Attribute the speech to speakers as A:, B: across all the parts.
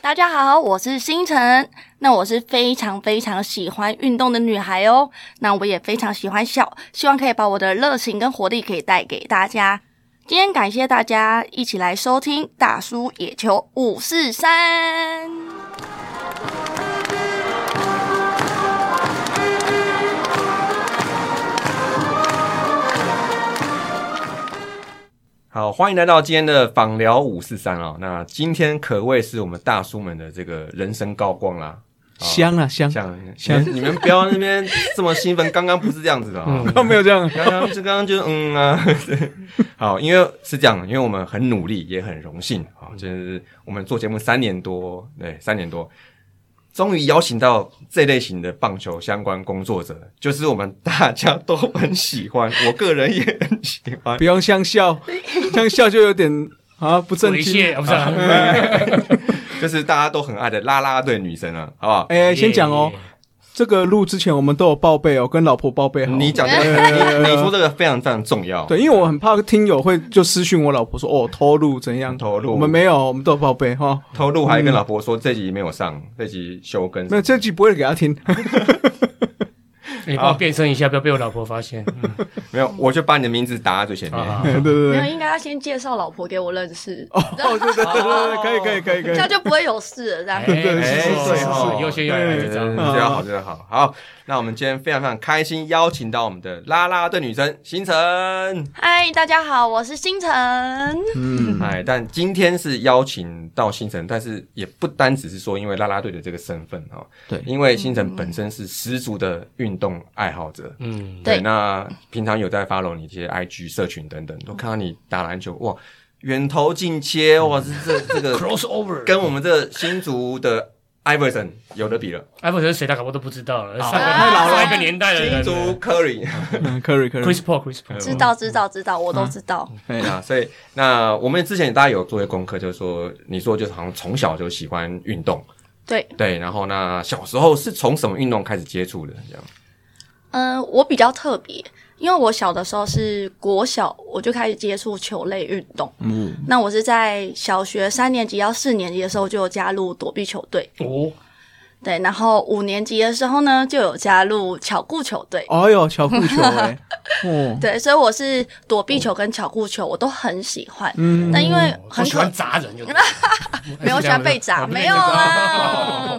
A: 大家好，我是星辰。那我是非常非常喜欢运动的女孩哦。那我也非常喜欢笑，希望可以把我的热情跟活力可以带给大家。今天感谢大家一起来收听大叔野球五四三。
B: 好，欢迎来到今天的访聊五四三啊！那今天可谓是我们大叔们的这个人生高光啦，啊
C: 香啊香，
B: 像
C: 香
B: 你们不 要那边这么兴奋，刚刚不是这样子的啊、
C: 嗯，没有这样，
B: 刚刚就刚刚就嗯啊， 对好，因为是这样，因为我们很努力，也很荣幸啊，就是我们做节目三年多，对，三年多，终于邀请到这类型的棒球相关工作者，就是我们大家都很喜欢，我个人也很喜欢
C: 不。用 像笑，像笑就有点啊不正
D: 猥
C: 经
D: 亵。啊不是啊？
B: 就是大家都很爱的啦啦队女神啊，好不好？
C: 哎，先讲哦，这个录之前我们都有报备哦，跟老婆报备好。
B: 你讲这个，你你说这个非常非常重要。
C: 对，因为我很怕听友会就私讯我老婆说哦偷录怎样
B: 偷录
C: 我们没有，我们都有报备哈。
B: 偷录还跟老婆说这集没有上，这集休更。
C: 那这集不会给他听，
D: 哎你帮我变身一下，不要被我老婆发现。
B: 没有，我就把你的名字打在最前面。
D: 啊，
C: 对对
A: 没有，
C: 对。
A: 应该要先介绍老婆给我认识，
C: 哦，对对对对对，可以可以可以可
A: 这
C: 以
A: 样。就不会有事了。这样，
D: 对
C: 对是是是是
D: 优先要来这
B: 嗯
D: 张。
B: 这样好，这样好。好，那我们今天非常非常开心，邀请到我们的啦啦队女神星辰。
A: 嗨，哎大家好，我是星辰。
C: 嗯，
B: 哎，但今天是邀请到星辰，但是也不单只是说因为啦啦队的这个身份哈、哦，
C: 对
B: 因为星辰本身是十足的运动爱好者。
D: 嗯，
A: 对
B: 那平常有在 follow 你一些 IG 社群等等，都看到你打篮球，哇，远投近切，
C: 嗯
B: 哇，是这这个
D: crossover
B: 跟我们这新竹的 Iverson 有的比了，
D: 艾弗森是谁打卡我都不知道了，上个
A: 太老了
D: 上一个年代的
B: 新
D: 人
B: 竹
D: 了。
B: Curry。
C: 嗯可以可以。
D: Chris Paul，Chris Paul，
A: 知道，知道，知道，我都知道。
C: 哎
B: 对啊，所以那我们之前大家有做些功课，就是说你说就是好像从小就喜欢运动，
A: 对，
B: 对，然后那小时候是从什么运动开始接触的？这样，
A: 嗯、我比较特别，因为我小的时候是国小，我就开始接触球类运动。
C: 嗯，
A: 那我是在小学三年级到四年级的时候就有加入躲避球队，
D: 哦，
A: 对，然后五年级的时候呢就有加入巧固球队。
C: 哎呦，巧固 球哎，哦，
A: 对，所以我是躲避球跟巧固球，我都很喜欢。
C: 嗯
A: 那因为
D: 我
A: 很
D: 哦喜
A: 可
D: 欢砸人就对了，
A: 没有喜欢被砸，
D: 哦
A: 没有 啦。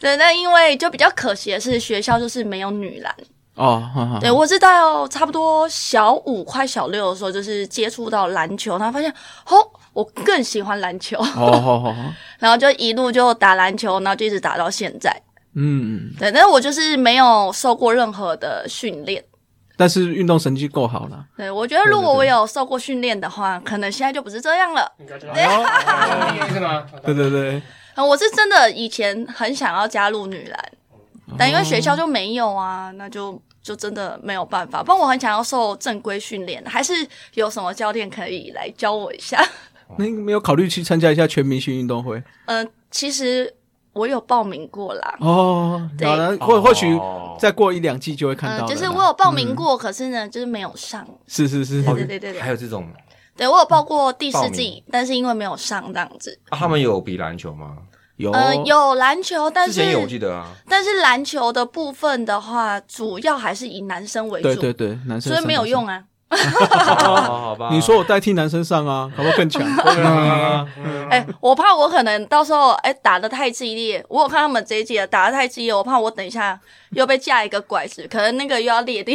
A: 对，那因为就比较可惜的是，学校就是没有女篮。
C: 哦，好好
A: 对，我是到差不多小五快小六的时候，就是接触到篮球，然后发现哦，我更喜欢篮球，
C: 好哦好好好，
A: 然后就一路就打篮球，然后就一直打到现在。
C: 嗯，
A: 对，但是我就是没有受过任何的训练。
C: 但是运动神经够好了。
A: 对，我觉得如果我有受过训练的话，可能现在就不是这样了。
D: 应该知道哦是吗？
C: 对对对，
A: 呃我是真的以前很想要加入女篮，但因为学校就没有啊，那就就真的没有办法。不然我很想要受正规训练，还是有什么教练可以来教我一下？
C: 那你没有考虑去参加一下全明星运动会
A: 嗯、其实我有报名过啦。
C: 哦。
A: 对
C: 好了，或或许
B: 哦
C: 再过一两季就会看
A: 嗯、
C: 到了啦。
A: 就是我有报名过，可是呢，就是没有上。
C: 是是是，
A: 对对对对
B: 还
A: 对，
B: 有这种，
A: 对我有报过第
B: 报
A: 四
B: 名
A: 季，但是因为没有上这样子。
B: 啊他们有比篮球吗？
C: 有
A: 呃，有篮球，但
B: 之
A: 是
B: 前有我记得啊，
A: 但是篮球的部分的话，主要还是以男生为主，
C: 对对对，男生
A: 所以没有
C: 上
A: 用啊。
B: 好啊哦好吧
C: 男生。你说我代替男生上啊，好不好 更强？
B: 啊
A: 哎、我怕我可能到时候哎、打的太激烈，我有看他们这一届打的太激烈，我怕我等一下又被架一个拐子，可能那个又要裂掉。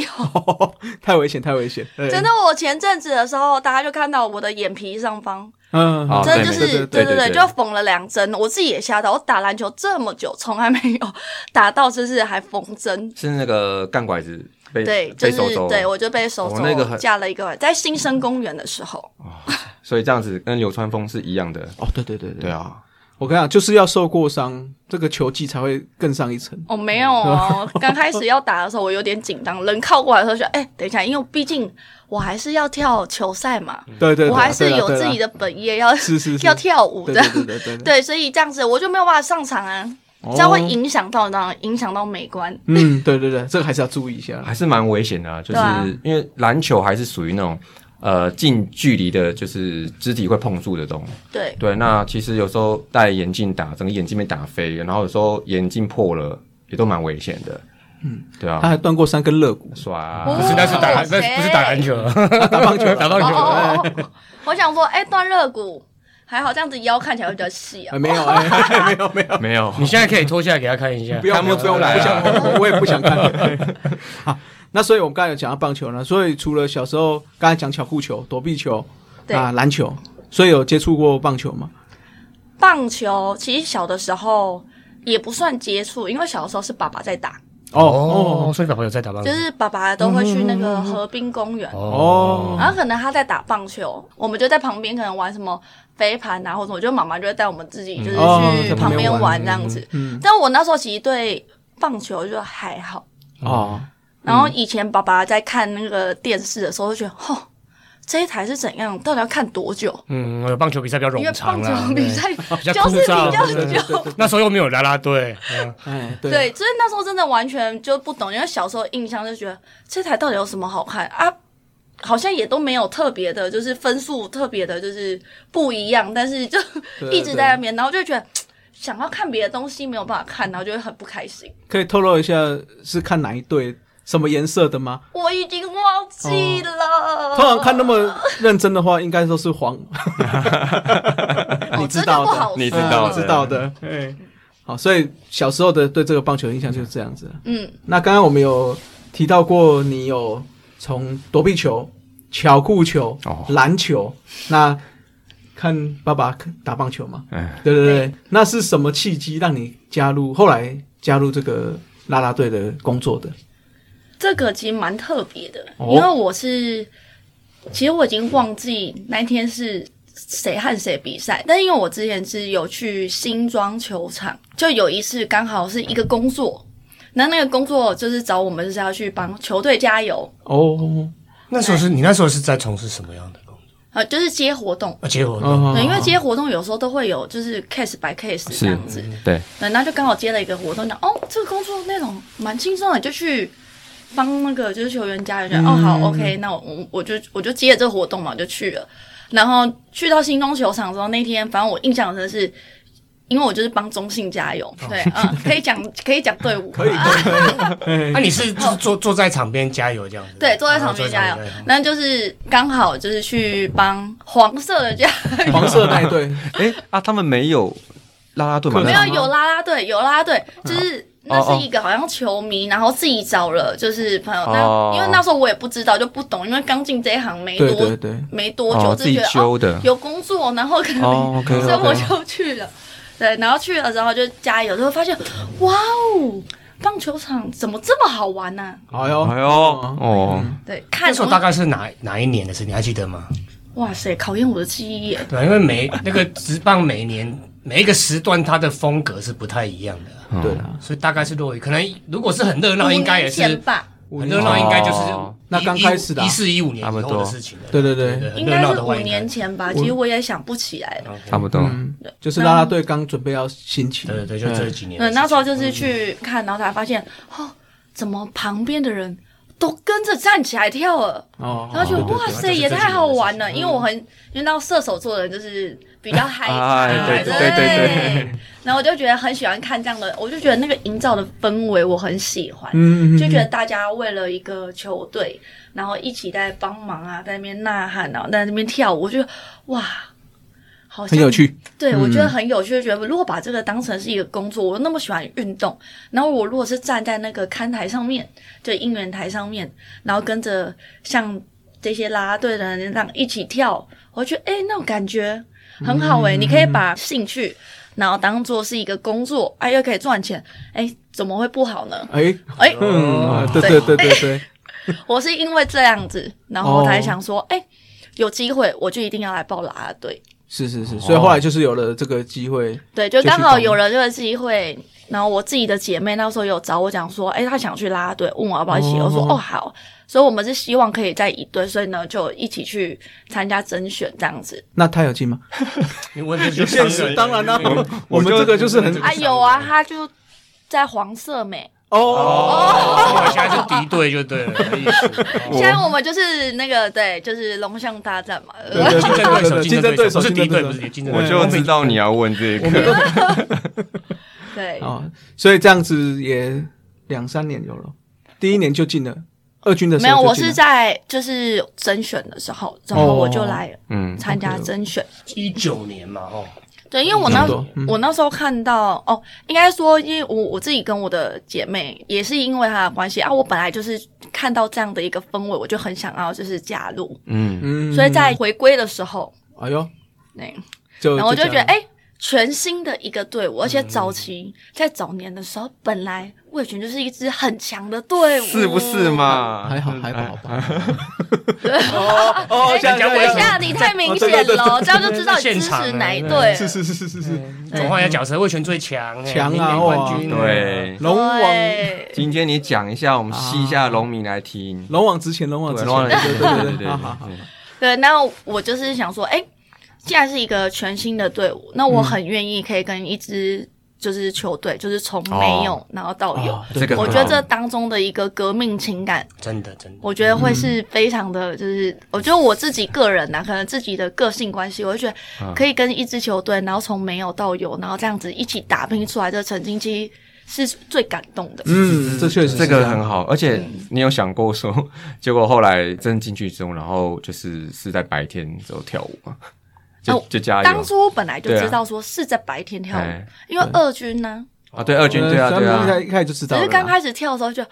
C: 太危险，太危险！ 对
A: 真的，，我前阵子的时候，大家就看到我的眼皮上方，
C: 嗯，
B: 好哦
A: 真的
B: 对
A: 就
B: 没
A: 是
C: 对
B: 对
A: 对
B: 对对
A: 就缝了两针，我自己也吓到。我打篮球这么久，从来没有打到就是还缝针。
B: 是那个干拐子被
A: 对，就
B: 被收
A: 是
B: 走，
A: 对我就被手
B: 我
A: 肘
B: 那个很
A: 架了一个，在新生公园的时候，
B: 所以这样子跟流川枫是一样的。
C: 哦，对对对对
B: 对，啊，
C: 我跟你讲，就是要受过伤，这个球技才会更上一层。
A: 哦，没有 哦，刚开始要打的时候我有点紧张，人靠过来的时候就哎、等一下，因为毕竟我还是要跳球赛嘛，
C: 对
B: 啊
C: 对，
A: 我还是有自己
C: 的，
A: 的本业要
C: 是是是
A: 要跳舞
C: 对
A: 的
C: 对，对对对 对，
A: 对，所以这样子我就没有办法上场啊，
B: 哦
A: 这样会影响到呢，影响到美观。
C: 嗯，对对对，这个还是要注意一下。
B: 还是蛮危险的、啊，就是、
A: 对啊
B: 因为篮球还是属于那种呃近距离的，就是肢体会碰触的东西。
A: 对，
B: 对，那其实有时候戴眼镜打，整个眼镜被打飞，然后有时候眼镜破了，也都蛮危险的。嗯，对
C: 他
B: 啊，
C: 还断过三根肋骨，
B: 耍、
D: 不是，那是打，那是不是打篮球，打棒球，打棒
A: 哦
D: 球。
A: 哦 哦哦，我想说，哎，断肋骨还好，这样子腰看起来会比较细啊
C: 哎。没有，哎没有，没有，
B: 没 有，
D: 你现在可以脱下来给他看一下
C: 不。要
B: 看不
C: 不要
B: 出来
C: 不
B: 啊
C: 想，我也不想看。好，那所以我们刚才有讲到棒球呢，所以除了小时候刚才讲巧固球、躲避球
A: 对，
C: 啊篮球，所以有接触过棒球吗？
A: 棒球其实小的时候也不算接触，因为小的时候是爸爸在打，
D: 哦，
C: 哦
D: 所以小朋友在打棒球
A: 就。是爸爸都会去那
C: 嗯
A: 个河滨公园，
C: 哦
A: 然后可能他在打棒球，我们就在旁边可能玩什么飞盘啊，或者我觉得妈妈就会带我们自己就是
C: 哦
A: 去
C: 在
A: 旁
C: 旁边
A: 边
C: 玩
A: 玩这样子。
C: 嗯
A: 但我那时候其实对棒球就还好，
C: 哦，
A: 然后以前爸爸在看那个电视的时候，就觉得，吼、这一台是怎样，到底要看多久？
D: 嗯，我棒球比赛比较
A: 因为
D: 冗长
C: 啊
A: 棒
D: 啦，
A: 球
D: 对
A: 比赛
D: 比较
A: 就
D: 枯
A: 是 比较
D: 燥。
A: 久。
D: 那时候又没有啦啦队，嗯
C: 哎，对，
A: 对，所以那时候真的完全就不懂，因为小时候印象就觉得这台到底有什么好看啊？好像也都没有特别的，就是分数特别的，就是不一样，但是就
C: 对
A: 一直在那边，然后就觉得想要看别的东西没有办法看，然后就会很不开心。
C: 可以透露一下是看哪一队、什么颜色的吗？
A: 我已经忘记了，
C: 哦通常看那么认真的话，应该都是黄，
A: 哦
C: 你
A: 真
C: 知
A: 的
C: 道
A: 不好
C: 的，
A: 说，
B: 你知道
C: 知道的。哎，好，所以小时候的对这个棒球的印象就是这样子了。
A: 嗯，
C: 那刚刚我们有提到过，你有从躲避球、巧固球
B: 哦、
C: 篮球，那看爸爸打棒球嘛？
B: 哎，
C: 对对对，那是什么契机让你加入后来加入这个啦啦队的工作的？
A: 这个其实蛮特别的，
C: 哦
A: 因为我是，其实我已经忘记那天是谁和谁比赛，但因为我之前是有去新庄球场，就有一次刚好是一个工作，那那个工作就是找我们就是要去帮球队加油，
C: 哦，
D: 那时候是你那时候是在从事什么样的工作？
A: 呃，就是接活动。
D: 啊，结婚
C: 哦
A: 对，因为接活动有时候都会有，就是 case by case 这样子。
B: 对，
A: 对，那就刚好接了一个活动，讲哦，这个工作内容蛮轻松的，就去帮那个就是球员加油。就哦，好，OK，那我我我就我就接了这个活动嘛，我就去了。然后去到新中球场之后，那天反正我印象很深是，因为我就是帮中信加油，对，嗯，可以讲可以讲队伍，可以，
D: 那啊你是就是坐坐在场边加油这样子？啊
A: 对，坐在场边加油，那就是刚好就是去帮黄色的加油，
C: 黄色那一队，
B: 哎、啊，他们没有啦啦队吗？
A: 没
B: 那
A: 有
C: 吗
A: 有啦啦队，有啦啦队，
B: 嗯
A: 就是那
B: 哦
A: 是一个好像球迷，然后自己找了就是朋友，
B: 哦
A: 那因为那时候我也不知道，就不懂，因为刚进这一行没
C: 对对
A: 多
C: 对，
A: 没多久，就觉
B: 哦自
A: 得
B: 己修的
A: 哦有工作，然后可能
B: 哦，OK，
A: 所以我就去 了，对，然后去了之后就加油，就会发现哇哦，棒球场怎么这么好玩呢？
C: 哎呦
B: 哎呦，哦，
A: 对，
D: 那
A: 看
D: 时候大概是哪哪一年的事？你还记得吗？
A: 哇塞，考验我的记忆耶，
D: 对啊，因为每那个职棒每年每一个时段它的风格是不太一样的啊，
B: 嗯
C: 对啦，
D: 所以大概是落于可能如果是很热闹，应该也
A: 五
D: 是
A: 年前吧，
D: 很热闹，应该就是
B: 哦
D: 一
C: 那刚开始的啊
D: 一四一五年
B: 差不
D: 以
B: 多
D: 后的事情了。
C: 对对对
A: 应该是五。
D: 很热闹
A: 年
D: 的话
A: 前吧，其实我也想不起来了。
B: 差不多。
C: 嗯，就是啦啦队刚准备要兴起，哎
D: 对对对，就这几年的事
A: 嗯，
D: 情。
A: 那时候就是去看，然后才发现，哦，怎么旁边的人都跟着站起来跳了？
C: 哦，
A: 然后就、
C: 对对
A: 哇
D: 对
A: 塞，
D: 就是
A: 也
D: 这
A: 太
D: 些
A: 好
D: 人的
A: 玩
D: 事
A: 了！因为我很，因为到射手座的人就是比较嗨起来，
B: 哎
D: 对对
B: 对对
A: 然后我就觉得很喜欢看这样的，我就觉得那个营造的氛围我很喜欢。
C: 嗯，嗯嗯
A: 就觉得大家为了一个球队，然后一起在帮忙啊，在那边呐喊啊，在那边跳舞，我就哇，好像
C: 嗯很有趣，
A: 对，我觉得很有趣，就觉得如果把这个当成是一个工作，我那么喜欢运动，然后我如果是站在那个看台上面，就应援台上面，然后跟着像这些啦啦队的人这样一起跳，我觉得哎、诶那种感觉很好哎、你可以把兴趣。然后当做是一个工作，哎、又可以赚钱，哎、怎么会不好呢？
C: 哎，
A: 哎、
C: 嗯，对对对对对，
A: 我是因为这样子，然后才想说，哎、有机会我就一定要来报啦啦队。
C: 是是是，所以后来就是有了这个机会，
A: 对，就
C: 就去
A: 刚好
C: 报
A: 有了这个机会，然后我自己的姐妹那时候有找我讲说，哎、她想去啦啦队，问我要不要一起，
C: 哦
A: 我说哦好，所以我们是希望可以在一队，所以呢就一起去参加甄选这样子。
C: 那他有进吗？
D: 你问这就
C: 现实当然啦
D: 我
A: 啊
C: 我们这个就是很
A: 啊有啊，她就在黄色美，
C: 哦，
D: 哦，现在是敌对就对了，的意思。哦
A: 现在我们就是那个对，就是龙象大战嘛。
C: 对对
D: 竞争对
C: 竞争对手
D: 手，竞争对手，不是敌
C: 竞争对
D: 对，
C: 手
D: 不是敌竞争
B: 我
D: 对手。
B: 就知道你要问这个。
A: 对，
C: 哦，所以这样子也两三年有了，第一年就进了二军的时
A: 没
C: 候
A: 有，我
C: 就进
A: 是
C: 了
A: 在就是甄选的时候，然后我
C: 哦
A: 就来
B: 嗯，
A: 参加甄选。
D: 一九年嘛，哦，
A: 对，因为我那
C: 差不多嗯
A: 我那时候看到哦，应该说，因为我我自己跟我的姐妹也是因为她的关系啊，我本来就是看到这样的一个氛围，我就很想要就是加入，
B: 嗯，
C: 嗯
A: 所以在回归的时候，
C: 哎呦，
A: 对，
C: 就
A: 然后我就觉得
C: 这样嗯
A: 哎、全新的一个队伍，而且早期在早年的时候，本来魏全就是一支很强的队伍，
B: 是不是？嘛？
C: 还好还好吧，
A: 哦
C: 哎哦这样
A: 等
D: 这
A: 一
D: 样
A: 下，你太明显
C: 哦对对
A: 了，这样就
D: 对
A: 知道你
D: 现
A: 支
D: 场
A: 持
D: 欸
A: 哪一
D: 对
A: 队。
C: 是是是是是是，
D: 总换一下角色，魏权最强，哎
C: 强啊
D: 零年冠军，
B: 对，
C: 龙王
A: 对
B: 今天你讲一下，我们吸一下龙迷来听。
C: 龙王之前龙王之
B: 对，
C: 前，
B: 龙王来
C: 对
B: 听，
C: 对
B: 对
C: 对对，好好好，
A: 对，
B: 对，
A: 那我就是想说，哎、既然是一个全新的队伍，那
B: 嗯
A: 我很愿意可以跟一支就是球队，就是从没有、
B: 哦
A: 然后到有。
C: 哦
B: 这个
A: 我
B: 很
A: 觉得
B: 好
A: 这当中的一个革命情感，
D: 真的真的。
A: 我觉得
B: 嗯
A: 会是非常的，就是我觉得我自己个人呐、可能自己的个性关系，我就觉
B: 嗯
A: 得可以跟一支球队，然后从没有到有，然后这样子一起打拼出来这曾经，其实是最感动的。
C: 嗯，这确实是
B: 这个
C: 样
B: 很好，而且你有想过说， 结果后来真进去之后，然后就是是在白天之后跳舞嘛，就
A: 哦
B: 就加
A: 当
B: 油
A: 初我本来就
B: 哎对啊
A: 知道说是在白天跳舞，
B: 哎
A: 因为二军呢、
B: 啊！对，二军，对啊，
C: 呃
B: 对
C: 他们一开
B: 啊，
C: 一开始就知道
A: 只
C: 了
A: 是
C: 啦，
A: 刚开始跳的时候就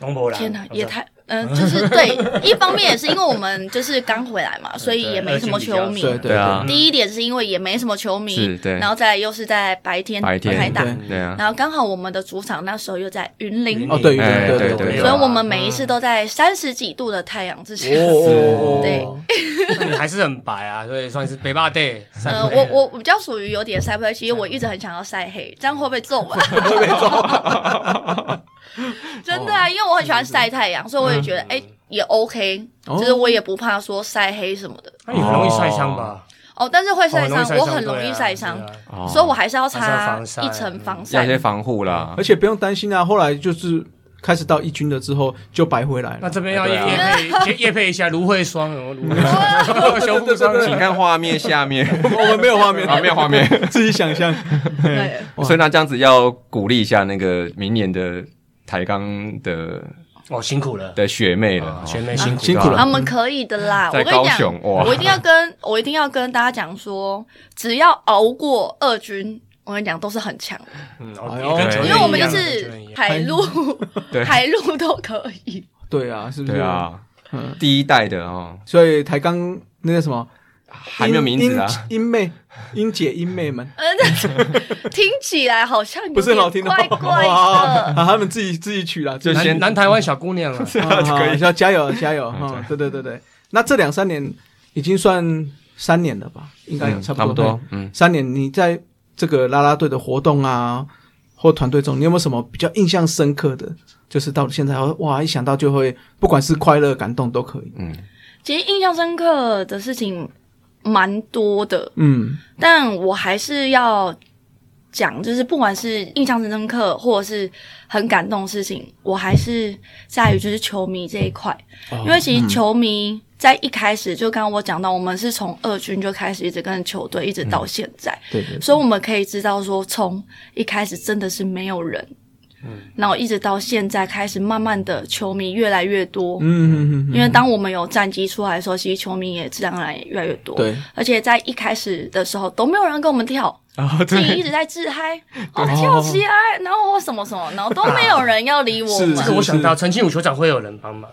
D: 龙博啦，
A: 天哪，
D: 我
A: 也
D: 知道
A: 太嗯、就是对，一方面也是因为我们就是刚回来嘛，所以也没什么球迷。
C: 对
B: 对啊，
A: 第一点是因为也没什么球迷
B: 是，对
A: 然后再来又是在白天
B: 白
A: 开
B: 天
A: 打，
C: 对
B: 对啊，
A: 然后刚好我们的主场那时候又在云林，
C: 哦对
B: 哎
C: 对
B: 对
C: 对
B: 对
A: 所以我们
D: 嗯
A: 每一次都在三十几度的太阳之下。
C: 哦，
A: 对
D: 那 你还是很白啊，所以算是北霸队。
A: 呃，我我我比较属于有点晒不黑，其实我一直很想要晒黑，这样会不会皱纹？会被皱。 真的啊，因为我很喜欢晒太阳，所以我也觉得哎、也 OK，
C: 哦
A: 就是我也不怕说晒黑什么的。
D: 那你很容易晒伤吧？
A: 哦，但是会晒
D: 哦
A: 伤，我很容
D: 对
A: 易
D: 啊
A: 晒伤
D: 对，啊
B: 哦
A: 所以我还是要
D: 还是要
A: 擦
D: 防晒
A: 一层防
B: 要
A: 晒
B: 一。些防护啦
C: 而。且不用担心啊，后来就是开始到一军了之后就白回来
D: 那
C: 了，
D: 这边要
B: 对
D: 夜
B: 啊
D: 夜配夜夜配一下芦荟霜，有没有芦 荟霜 修复伤
B: 请看画面下面，
C: 哦我们没有画面
B: 啊，没有画面，
C: 自己想象，
A: 对，
C: 哇
B: 所以那这样子要鼓励一下那个明年的台钢的
D: 哦，辛苦了，
B: 的学妹了
D: 啊，
B: 哦
D: 学妹辛苦
C: 辛苦了
A: 他们可以的啦。我
B: 在
A: 跟你
B: 高
A: 讲，
B: 雄哇
A: 我一定要跟我一定要跟大家讲说，只要熬过二军，我跟你讲都是很强的，
D: 嗯
C: 哎
D: 哦
C: 呦
D: 也跟球员
A: 因为我们
D: 一
A: 就
D: 样
A: 是
D: 跟球员一样
A: 海陆
B: 对
A: 海陆都可以。
C: 对啊，是不是？
B: 对，啊
C: 嗯，
B: 第一代的哦，
C: 所以台钢那个什么
B: 还没有名字啊，
C: 英英英妹、英姐、英妹们。
A: 嗯，听起来好像有
C: 不是很好听的话
A: 点怪怪
C: 啊
A: 的。，
C: 他们自己自己取了，就
B: 就先
D: 南南台湾小姑娘啊，
C: 啊可以要加油加油 哈！对对对对，那这两三年已经算三年了吧？应该有
B: 嗯
C: 差
B: 差不
C: 多
B: 多，，嗯，
C: 三年。你在这个啦啦队的活动啊，或团队中，你有没有什么比较印象深刻的？就是到现在，哇，一想到就会，不管是快乐、感动都可以。
B: 嗯
A: 其实印象深刻的事情蛮多的，
C: 嗯，
A: 但我还是要讲，就是不管是印象深刻或者是很感动的事情，我还是在于就是球迷这一块，
C: 哦
A: 因为
C: 嗯
A: 其实球迷在一开始就刚刚我讲到，我们是从二军就开始一直跟球队一直
C: 嗯
A: 到现在，
C: 对对，
A: 所以我们可以知道说，从一开始真的是没有人，
C: 嗯
A: 然后一直到现在开始慢慢的球迷越来越多，
C: 嗯嗯嗯，
A: 因为当我们有战绩出来的时候，其实球迷也自然而然也越来越多。
C: 对，
A: 而且在一开始的时候都没有人跟我们 跳，
C: 哦
A: 自己一直在自嗨，哦跳起来，然后我什么什么，然后都没有人要理我
C: 是
D: 这个
A: 们。
D: 我想到陈庆武球场会有人帮忙，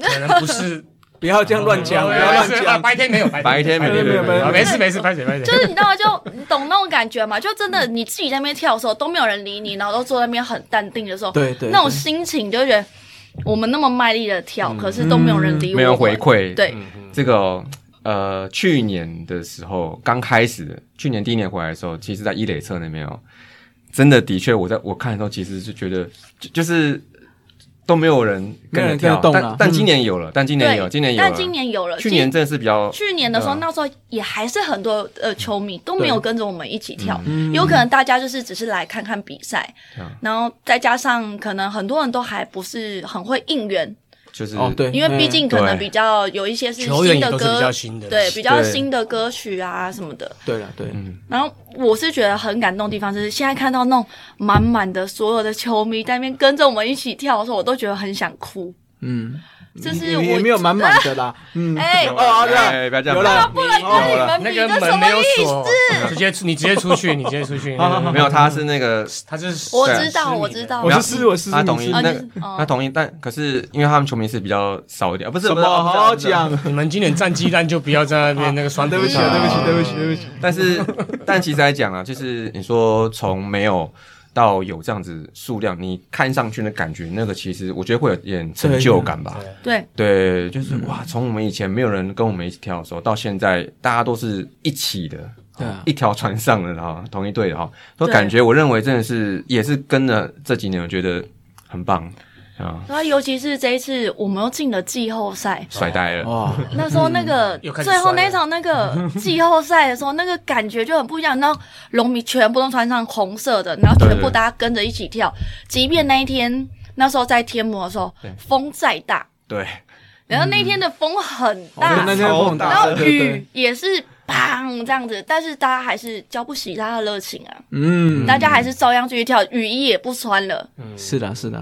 D: 可能不是
C: 不要这样乱讲，
D: 哦
C: 不要乱
D: 是 啊
C: 讲。
D: 白天没有，
B: 白天没有
D: 白
C: 没有
D: 有，
C: 没有
D: 没事没事，拍谁拍谁
A: 就。是你知道吗，就你懂那种感觉嘛？就真的你自己在那边跳的时候都没有人理你，然后都坐在那边很淡定的时候，
C: 对对，
A: 那种心情就觉得我们那么卖力的跳，
D: 嗯
A: 可是都没有人理我们，
B: 嗯没有回馈，
A: 对，
B: 这个哦、呃，去年的时候刚开始，去年第一年回来的时候，其实在一垒侧那边哦，真的的确，我在我看的时候，其实是觉得就就是都没有人跟着
C: 没有人跟着
B: 跳，
C: 动
B: 但
C: 啊
B: 但今年有了，但今年有，
A: 对，
B: 今年有了，
A: 但今年有了，
B: 去年
A: 今
B: 真的是比较
A: 去年的时候，
B: 嗯
A: 那时候也还是很多呃球迷都没有跟着我们一起跳，
C: 嗯
A: 有可能大家就是只是来看看比赛，
B: 嗯
A: 然后再加上可能很多人都还不是很会应援，
B: 就是
C: 哦，对，
A: 因为毕竟可能
B: 对
A: 比较有一些是
D: 球员
A: 新
D: 也
A: 的
D: 都是比
A: 歌
D: 较，新的，
A: 对，比较
B: 对
A: 新的歌曲啊什么的，
C: 嗯对了，对，
B: 嗯，
A: 然后我是觉得很感动的地方，就是现在看到那种满满的所有的球迷在那边跟着我们一起跳的时候，我都觉得很想哭。
C: 嗯，
A: 这
C: 也
A: 是
C: 也
A: 我
C: 没有满满的啦，嗯，
A: 哎、
B: 有
C: 哦啊对啊
B: 哎不要这样，
C: 有啦
A: 不能跟你们
D: 那
A: 比，
D: 个
A: 这什
D: 门没
A: 么
D: 有
A: 意思？
D: 锁，直接你直接出去，你直接出去。
C: 好好好哦
B: 没有，他是那个
D: 他是
A: 我
B: 对啊
A: 知道，我知道，
C: 我
A: 我
C: 是
A: 知
C: 狮，我是
B: 他同意
A: 啊，
B: 那
A: 就
B: 个
A: 是
B: 他
A: 哦，
B: 同意，但可是因为他们球迷是比较少一点，啊不是
C: 什
B: 不
C: 么？
B: 是
C: 好好。
B: 啊不是啊不是啊
C: 讲，
D: 你们今年战绩烂就不要在那边那个酸
C: 对不起，
D: 葡萄
C: 啊，
D: 了
C: 对不起，对不起，对不起，
B: 但是但其实来讲啊，就是你说从没有。到有这样子数量，你看上去的感觉，那个其实我觉得会有点成就感吧。
D: 对
A: 对，
B: 对，就是
C: 嗯
B: 哇，从我们以前没有人跟我们一起跳的时候，到现在大家都是一起的，
C: 对啊
B: 一条船上的哈，同一队的哈，所以
A: 对
B: 感觉我认为真的是也是跟了这几年，我觉得很棒啊，
A: 然后尤其是这一次，我们又进了季后赛。
B: 帅呆了，
C: 哇，
A: 那时候那个
D: 又开始
A: 最后
D: 摔了
A: 那场那个季后赛的时候，那个感觉就很不一样。然后龙迷全部都穿上红色的，然后全部
B: 对
A: 大家跟着一起跳。即便那一天那时候在天母的时候
B: 对，
A: 风再大，
B: 对，
A: 然后那天的风很大，
C: 哦那天风很
A: 然
C: 大，
A: 后
C: 对对对
A: 雨，也是砰这样子，但是大家还是浇不熄大家的热情啊，
C: 嗯，
A: 大家还是照样继续跳，雨衣也不穿了。
C: 是的，是的，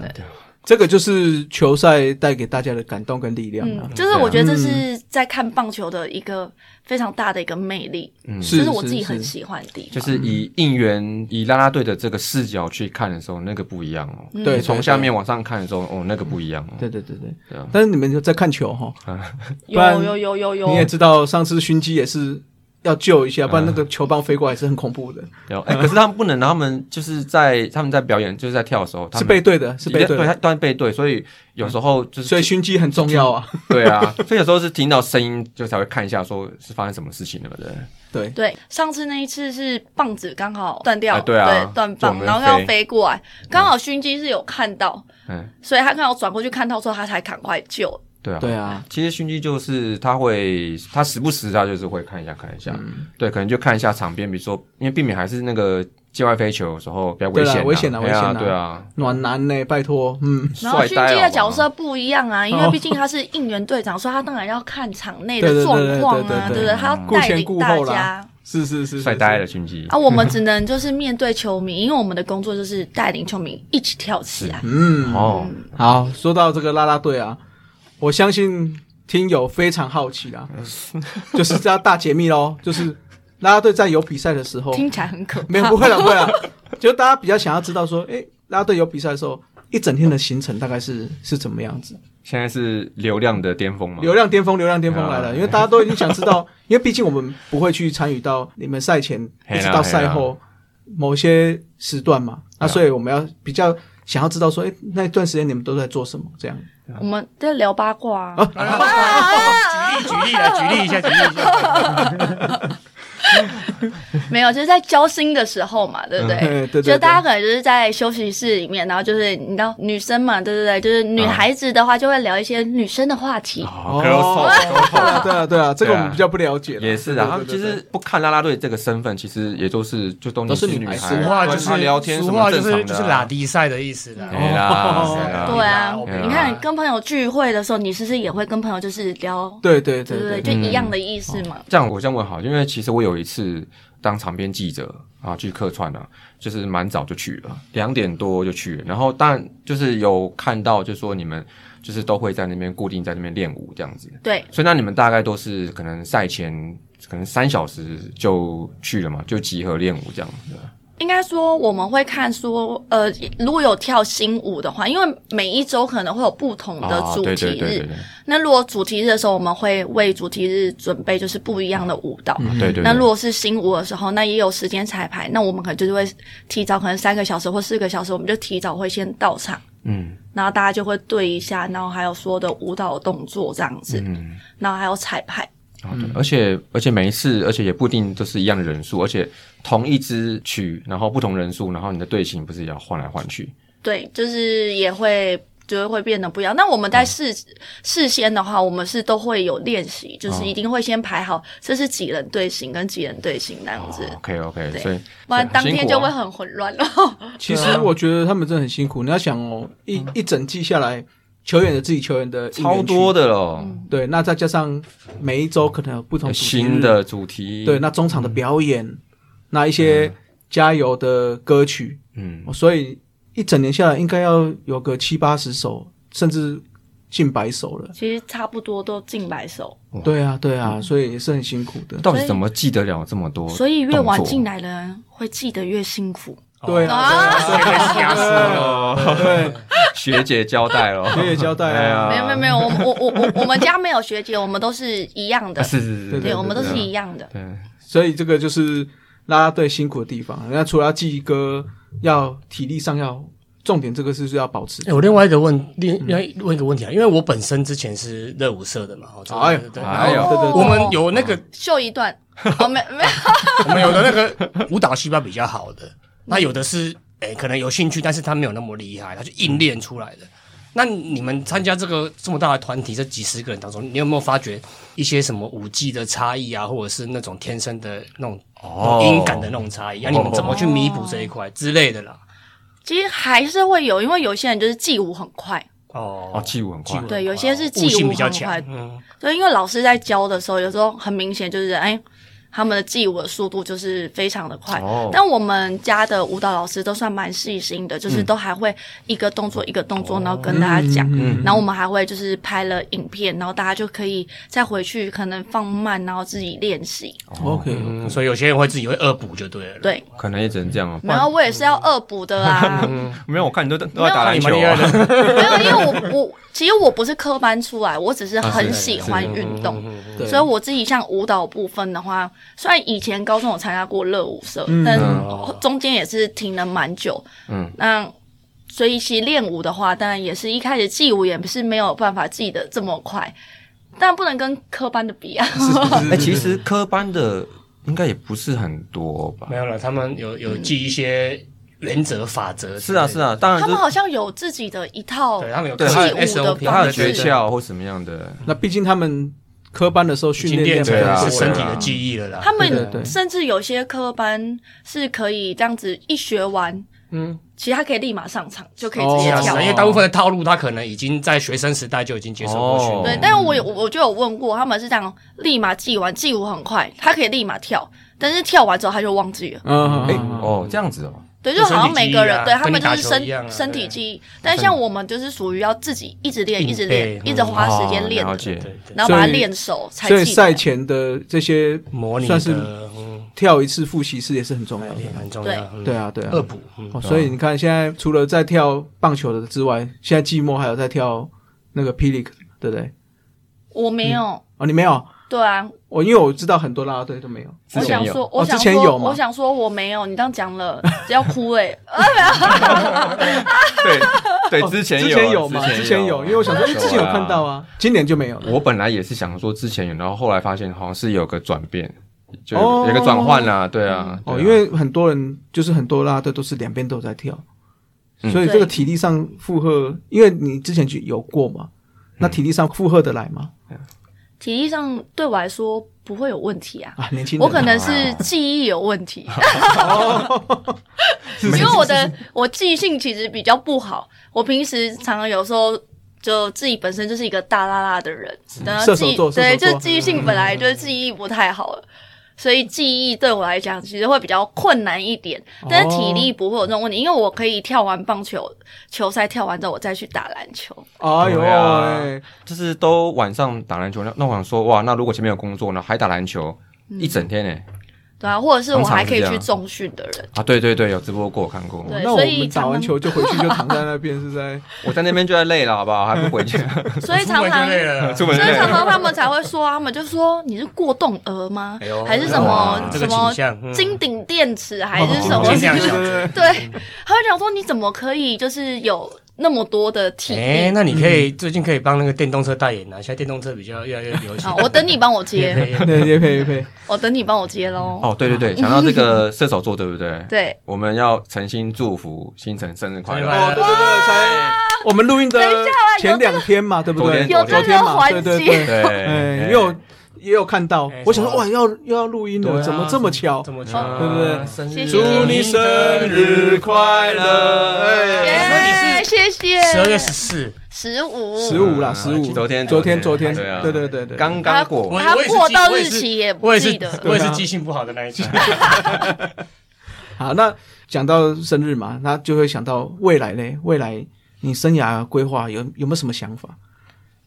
C: 这个就是球赛带给大家的感动跟力量啊
A: 嗯，，就是我觉得这是在看棒球的一个非常大的一个魅力，
C: 是
A: 这是我自己很
C: 是
A: 喜欢的地
B: 就
A: 方。
B: 是以应援、以啦啦队的这个视角去看的时候，那个不一样哦。
A: 嗯
C: 对，
B: 从
C: 对
B: 下，面往上看的时候，哦，那个不一样哦。
C: 对对对对
B: 对啊，
C: 但是你们就在看球哈，不然
A: 有有有有有，
C: 你也知道上次熏鸡也是要救一
B: 嗯
C: 下，不然那个球棒飞过来是很恐怖的，
B: 然后，哎，可是他们不能，他们就是在他们在表演，就是在跳的时候，他
C: 是
B: 们
C: 背对的，是嗯背对
B: 对，他
C: 的，
B: 当然背对，所以有时候就是
C: 所以熏鸡很重要啊，
B: 对啊，所以有时候是听到声音就才会看一下，说是发生什么事情了，对不对？
C: 对，
A: 对，上次那一次是棒子刚好断掉，
B: 哎对啊
A: 断
B: 就
A: 棒，
B: 往那边
A: 然后要
B: 飞
A: 飞过来，
C: 嗯
A: 刚好熏鸡是有看到，
B: 嗯，
A: 所以他刚好转过去看到之后，他才赶快救。
B: 对啊，
C: 对啊，
B: 其实熏鸡就是他会，他时不时他就是会看一下看一
C: 嗯
B: 下，对，可能就看一下场边，比如说因为避免还是那个界外飞球的时候比较危
C: 对啦
B: 险、啊，
C: 危险啊
B: 对啊，
C: 危险啊
B: 对啊，
C: 暖男呢，拜托，嗯，
A: 然后
B: 帅
A: 熏
B: 呆
A: 鸡
B: 了
A: 的
B: 嘛
A: 角色不一样啊，因为
C: 哦
A: 毕竟他是应援队长，所以他当然要看场内
C: 对
A: 的
C: 对对
A: 状况
C: 对
A: 啊，
C: 对对
A: 对不对？他要
C: 顾
A: 带
C: 前
A: 领
C: 顾
A: 大
C: 后啦
A: 家
C: 是是是，是
B: 帅呆了，，熏鸡
A: 啊，我们只能就是面对球迷，因为我们的工作就是带领球迷一起跳起来。
C: 嗯，
B: 哦，
C: 好，说到这个啦啦队啊，我相信听友非常好奇 啊，就是这要大解密喽，就是啦啦队在有比赛的时候，
A: 听起来很可怕，
C: 没有不会了不会了，就大家比较想要知道说，诶，啦啦队有比赛的时候，一整天的行程大概是是怎么样子？
B: 现在是流量的巅峰嘛，
C: 流量巅峰，流量巅峰来了，
B: 啊
C: 因为大家都已经想知道， 因为毕竟我们不会去参与到你们赛前
B: 嘿
C: 一
B: 啦啊
C: 直到赛后某些时段嘛，那所以我们要比较想要知道说，诶，那段时间你们都在做什么？这样。
A: 我们在聊八卦啊。
D: 举例举例来举例一下，举例一下。
A: 没有，就是在交心的时候嘛，对不对？
C: 嗯对对对
A: 就大家可能就是在休息室里面，然后就是你知道女生嘛，对对对，就是女孩子的话就会聊一些女生的话题。
C: 啊
B: 哦，girl
C: 对啊，对啊，对啊，这个我们比较不了解
B: talk
C: 啦。
B: 也是
C: 对
B: 啊，他们其实不看啦啦队这个身份，其实也都是就都
C: 都是
B: 女
C: 女
B: 孩
C: 孩
B: 子，
C: 子
D: 俗话就
B: 跟她
D: 是
B: 聊天什
D: 俗
B: 么
D: 话就
B: 正常的啊、
D: 是就是拉低赛的意思啦。
B: 对啦
C: 哦
B: 对啦
A: 对啊
D: 对，
B: 啊
A: 你看跟朋友聚会的时候，你是不是也会跟朋友就是聊，
C: 对
A: 对
C: 对对对
A: 对对，
C: 对，
A: 就一样的意思嘛？
B: 这样我这样问好，因为其实我有一次当场边记者啊去客串啊，就是蛮早就去了，两点多就去了，然后当然就是有看到，就说你们就是都会在那边固定在那边练舞这样子，
A: 对，
B: 所以那你们大概都是可能赛前可能三小时就去了嘛，就集合练舞这样子，
A: 应该说我们会看说，呃，如果有跳新舞的话，因为每一周可能会有不同的
B: 啊
A: 主
B: 对
A: 题
B: 对对
A: 日
B: 对。
A: 那如果主题日的时候，我们会为主题日准备就是不一样的舞蹈。
B: 对对对，
A: 嗯那如果是新舞的时候，那也有时间彩排，那我们可能就是会提早，可能三个小时或四个小时，我们就提早会先到场，
B: 嗯
A: 然后大家就会对一下，然后还有说的舞蹈动作这样子，
B: 嗯。
A: 然后还有彩排。
B: 哦，
A: 嗯
B: 对，而且而且每一次，而且也不一定都是一样的人数，而且同一支曲，然后不同人数，然后你的队形不是也要换来换去？
A: 对，就是也会就会变得不一样。那我们在事、事先的话，我们是都会有练习，就是
B: 哦
A: 一定会先排好这是几人队形跟几人队形那样子，
B: OK OK，
A: 对
B: 哦所以
A: 不然
B: 所以很
A: 当
B: 辛
A: 天
B: 苦
A: 就
B: 哦
A: 会很混乱了。
C: 其实我觉得他们真的很辛苦。你要想哦，
A: 嗯
C: 一一整季下来，球员的自己球员的应援
B: 超
C: 区
B: 多的
A: 嗯
B: 咯，
C: 对，那再加上每一周可能有不同
B: 有
C: 主题日
B: 新的嗯主题，
C: 对，，那中场的表演，那一些加油的歌曲，哦
B: 嗯，
C: 所以一整年下来应该要有个七八十首，甚至近百首了。
A: 其实差不多都近百首，
C: 对啊，对啊，所以也是很辛苦的。
B: 到底怎么记得了这么多？
A: 所以越晚进，来的人会记得越辛苦。
B: 哦
C: 对 啊，
D: 所以被吓死了。
C: 对，
B: 学姐交代咯，
C: 学姐交代啊
B: 哎呀
A: 没有没有没有，我们我我我我们家没有学姐，我们都是一样的
B: 啊， 是是是，
C: 对
A: 对，我们都是
B: 对啊
A: 一样的。
B: 对，
C: 所以这个就是啦啦队辛苦的地方。那除了要记歌，要体力上要重点，这个是要保持
A: 嗯
D: 哎，。我另外一个问，另
B: 嗯
D: 另外问一个问题啊，因为我本身之前是热舞社的嘛，哦这个
C: 哎呦
D: 对，
B: 哎呦
D: 然后
C: 对对
A: 哦
D: 我们有那个
A: 秀一段，哦，没没有，
D: 我们有的那个舞蹈细胞比较好的，那有的是诶、可能有兴趣，但是他没有那么厉害，他就硬练出来的。那你们参加这个这么大的团体，这几十个人当中，你有没有发觉一些什么舞技的差异啊，或者是那种天生的那种
B: 哦
D: 那种音感的那种差异？啊那、你们怎么去弥补这一块之类的啦？
A: 其实还是会有，因为有些人就是记舞很快，
D: 哦
B: 哦，记舞很快
D: 记舞
A: 对有些是记
D: 悟性
A: 舞
D: 比较
A: 很快
D: 强，嗯，
A: 对，因为老师在教的时候，有时候很明显就是，哎，他们的记舞的速度就是非常的快。
B: 哦
A: 但我们家的舞蹈老师都算蛮细心的，
B: 嗯
A: 就是都还会一个动作一个动作，然后跟大家讲。
C: 嗯
A: 然后我们还会就是拍了影片，然后大家就可以再回去可能放慢，然后自己练习。
C: OK，
D: 嗯所以有些人会自己会恶补就对了。，
A: 对，
B: 哦可能也只能这样哦。不
A: 然后我也是要恶补的 啊。
B: 没有，我看你都都在打篮球
D: 你蛮厉害
B: 啊，
D: 的。
A: 没有，因为我我其实我不是科班出来，我只啊是嗯很喜欢运动，
C: 对
A: 所以我自己像舞蹈部分的话，虽然以前高中有参加过热舞社，但
D: 嗯
A: 中间也是停了蛮久。
B: 嗯，
A: 那所以其实练舞的话，当然也是一开始记舞也不是没有办法记得这么快，但不能跟科班的比啊。
B: 哎，其实科班的应该也不是很多吧
D: 没？有了，他们有有记一些原则法则之
B: 是
D: 类的。
B: 啊是啊，当然
A: 他
B: 就
A: 们
B: 是
A: 好像有自己的一套
D: 对他们有
B: 对
D: 自己
B: 他有
D: SOP
B: 他的
A: 对
B: 诀
A: 对
B: 窍或什么样的，
C: 那毕竟他们科班的时候
D: 训
C: 训
D: 练
C: 练
D: 练
B: 对啊
C: 量
D: 出来
C: 非
D: 是
C: 常
D: 身体
C: 大
D: 的记忆了啦。
A: 他
C: 对对
A: 们
C: 对
A: 甚至有些科班是可以这样子一学完，
D: 嗯，
A: 其实他可以立马上场就可以直接
D: 是啊，是
A: 跳
D: 啊
A: 了。
D: 因为大部分的套路他可能已经在学生时代就已经接受过训
A: 对
D: 练，，
A: 但是我有我就有问过，他们是这样立马记完，记舞很快，他可以立马跳，但是跳完之后他就忘记了。
C: 嗯，
B: 哎
C: 嗯嗯
B: 哦这样子哦，
A: 对，
D: 就
A: 就好像每个人
D: 身体记忆啊
A: 对他
D: 跟
A: 们
D: 你
A: 就
D: 打
A: 是
D: 球一样
A: 身
D: 啊
A: 身体
D: 对
A: 记忆，但像我们就是属于要自己一直练，
D: 硬
A: 一直练，
D: 背嗯
A: 一直花时间
B: 哦
A: 练
B: 了
A: 的，
B: 解，
D: 对对，
A: 然后把它
C: 所以
A: 练熟才
C: 所以
A: 记得
C: 赛。前的这些
D: 模拟
C: 算是
D: 的嗯
C: 跳一次复习是也是很重要的。
D: 也
B: 哎
D: 蛮重要，嗯
C: 对，啊，对啊
D: 恶。补，嗯
C: 哦，所以你看，现在除了在跳棒球的之外，现在季末还有在跳那个霹雳，对不对？
A: 我没有，
C: 哦，你没有？
A: 对啊，
C: 我因为我知道很多啦啦队都没有。
B: 之
A: 我
B: 前
A: 想
B: 有
A: 说，我
C: 哦之
A: 想
C: 前
A: 说，
C: 有吗
A: 我想说我没有，你这样讲了，只要哭哎，
B: 对对，哦之前
C: 哦之
B: 有
C: 前有吗？之前有，因为我想说，哎，之前有看到。
B: 啊
C: 啊，今年就没有了。
B: 我本来也是想说之前有，然后后来发现好像是有个转变，就
C: 哦
B: 有一个转换啦，对啊，
C: 哦，
B: 对啊
C: 因为很多人就是很多啦啦队都是两边都有在跳，
B: 嗯
C: 所以这个体力上负荷，因为你之前就有过嘛，
B: 嗯
C: 那体力上负荷得来吗？
A: 体力上对我来说不会有问题啊。
C: 啊，年轻人啊，
A: 我可能是记忆有问题， 因为我的我记性其实比较不好，我平时常常有时候就自己本身就是一个大拉拉的人，然后
C: 射
A: 记
C: 手座
A: 对，
C: 射手座
A: 就记性本来就是记忆不太好了。所以记忆对我来讲其实会比较困难一点，但是体力不会有这种问题，因为我可以跳完棒球球赛，跳完之后我再去打篮球。
C: 哎呦
B: 对啊
C: 喂，
B: 就是都晚上打篮球，那那我想说，哇，那如果前面有工作呢，还打篮球、
A: 嗯
B: 一整天呢？
A: 对啊，或者是我
B: 通常
A: 还
B: 是
A: 可以
B: 这
A: 去
B: 样
A: 重训的 人，
B: 啊，对对对，有直播过，我看过。
A: 对
C: 那我
A: 所以
C: 们打完球就回去就躺在那边，是在
B: 我在那边就在累了，好不好？还不回家，
A: 所以常
D: 出门
A: 常
D: 就累了啦。
B: 出门
A: 所
B: 就
A: 以
B: 累
A: 常
B: 了。
A: 常他们才会说，他们就说你是过动儿吗
D: 哎呦？
A: 还是什么
B: 哇
D: 这
A: 什
D: 个
A: 么
D: 倾向嗯
A: 金顶电池还是什
D: 哦
A: 么？
D: 尽量
A: 对，
D: 想
C: 对
A: 他会讲说你怎么可以就是有那么多的体
D: 哎，
A: 力
D: 那
B: 嗯
D: 你可以最近可以帮那个电动车代言啊，现在电动车比较越来越流行哎
A: 啊？。我等你帮我
D: 也
A: 接，
D: 可 以
C: 对，也配也配。
A: 我等你帮我接喽。
B: 哦，对对对，想到这个射手座，对不对？
A: 对，
B: 我们要诚心祝福星辰生日快
D: 生日快
B: 乐。
D: 乐
C: 对对，才我们录音的
A: 等一下啦有
C: 前两天嘛，对不
B: 昨
C: 对？
B: 天
A: 啊有
B: 昨
A: 这
C: 天
A: 个
C: 嘛
A: 环
C: 对对
A: 节，
B: 对，
C: 哎，
B: 哎
C: 也有也有看到
D: 哎，
C: 我想
D: 什
C: 说
D: 么
C: 哇，要又要录音
D: 对
C: 了，
D: 啊
C: 怎么这么巧？
D: 这
B: 哦
D: 么巧，
C: 对不对
D: 生
A: 哦谢谢
B: 祝你生日快乐！哎
A: 耶，谢谢。
D: 十二月十四，
A: 十五，
C: 嗯十五啦，
B: 啊
C: 十五，
B: 昨天
C: 昨天，昨
B: 昨天
C: 天，
B: 对啊
C: 对对对对，
B: 刚刚过，
A: 他
D: 我也是
A: 过
D: 记
A: 到
D: 我也
A: 日
D: 是
A: 期也不
D: 我也
A: 记
D: 是
A: 得，
D: 我也是
C: 对啊
D: 记性不好的那一种。
C: 好，那讲到生日嘛，那就会想到未来嘞，未来你生涯规划有有没有什么想法？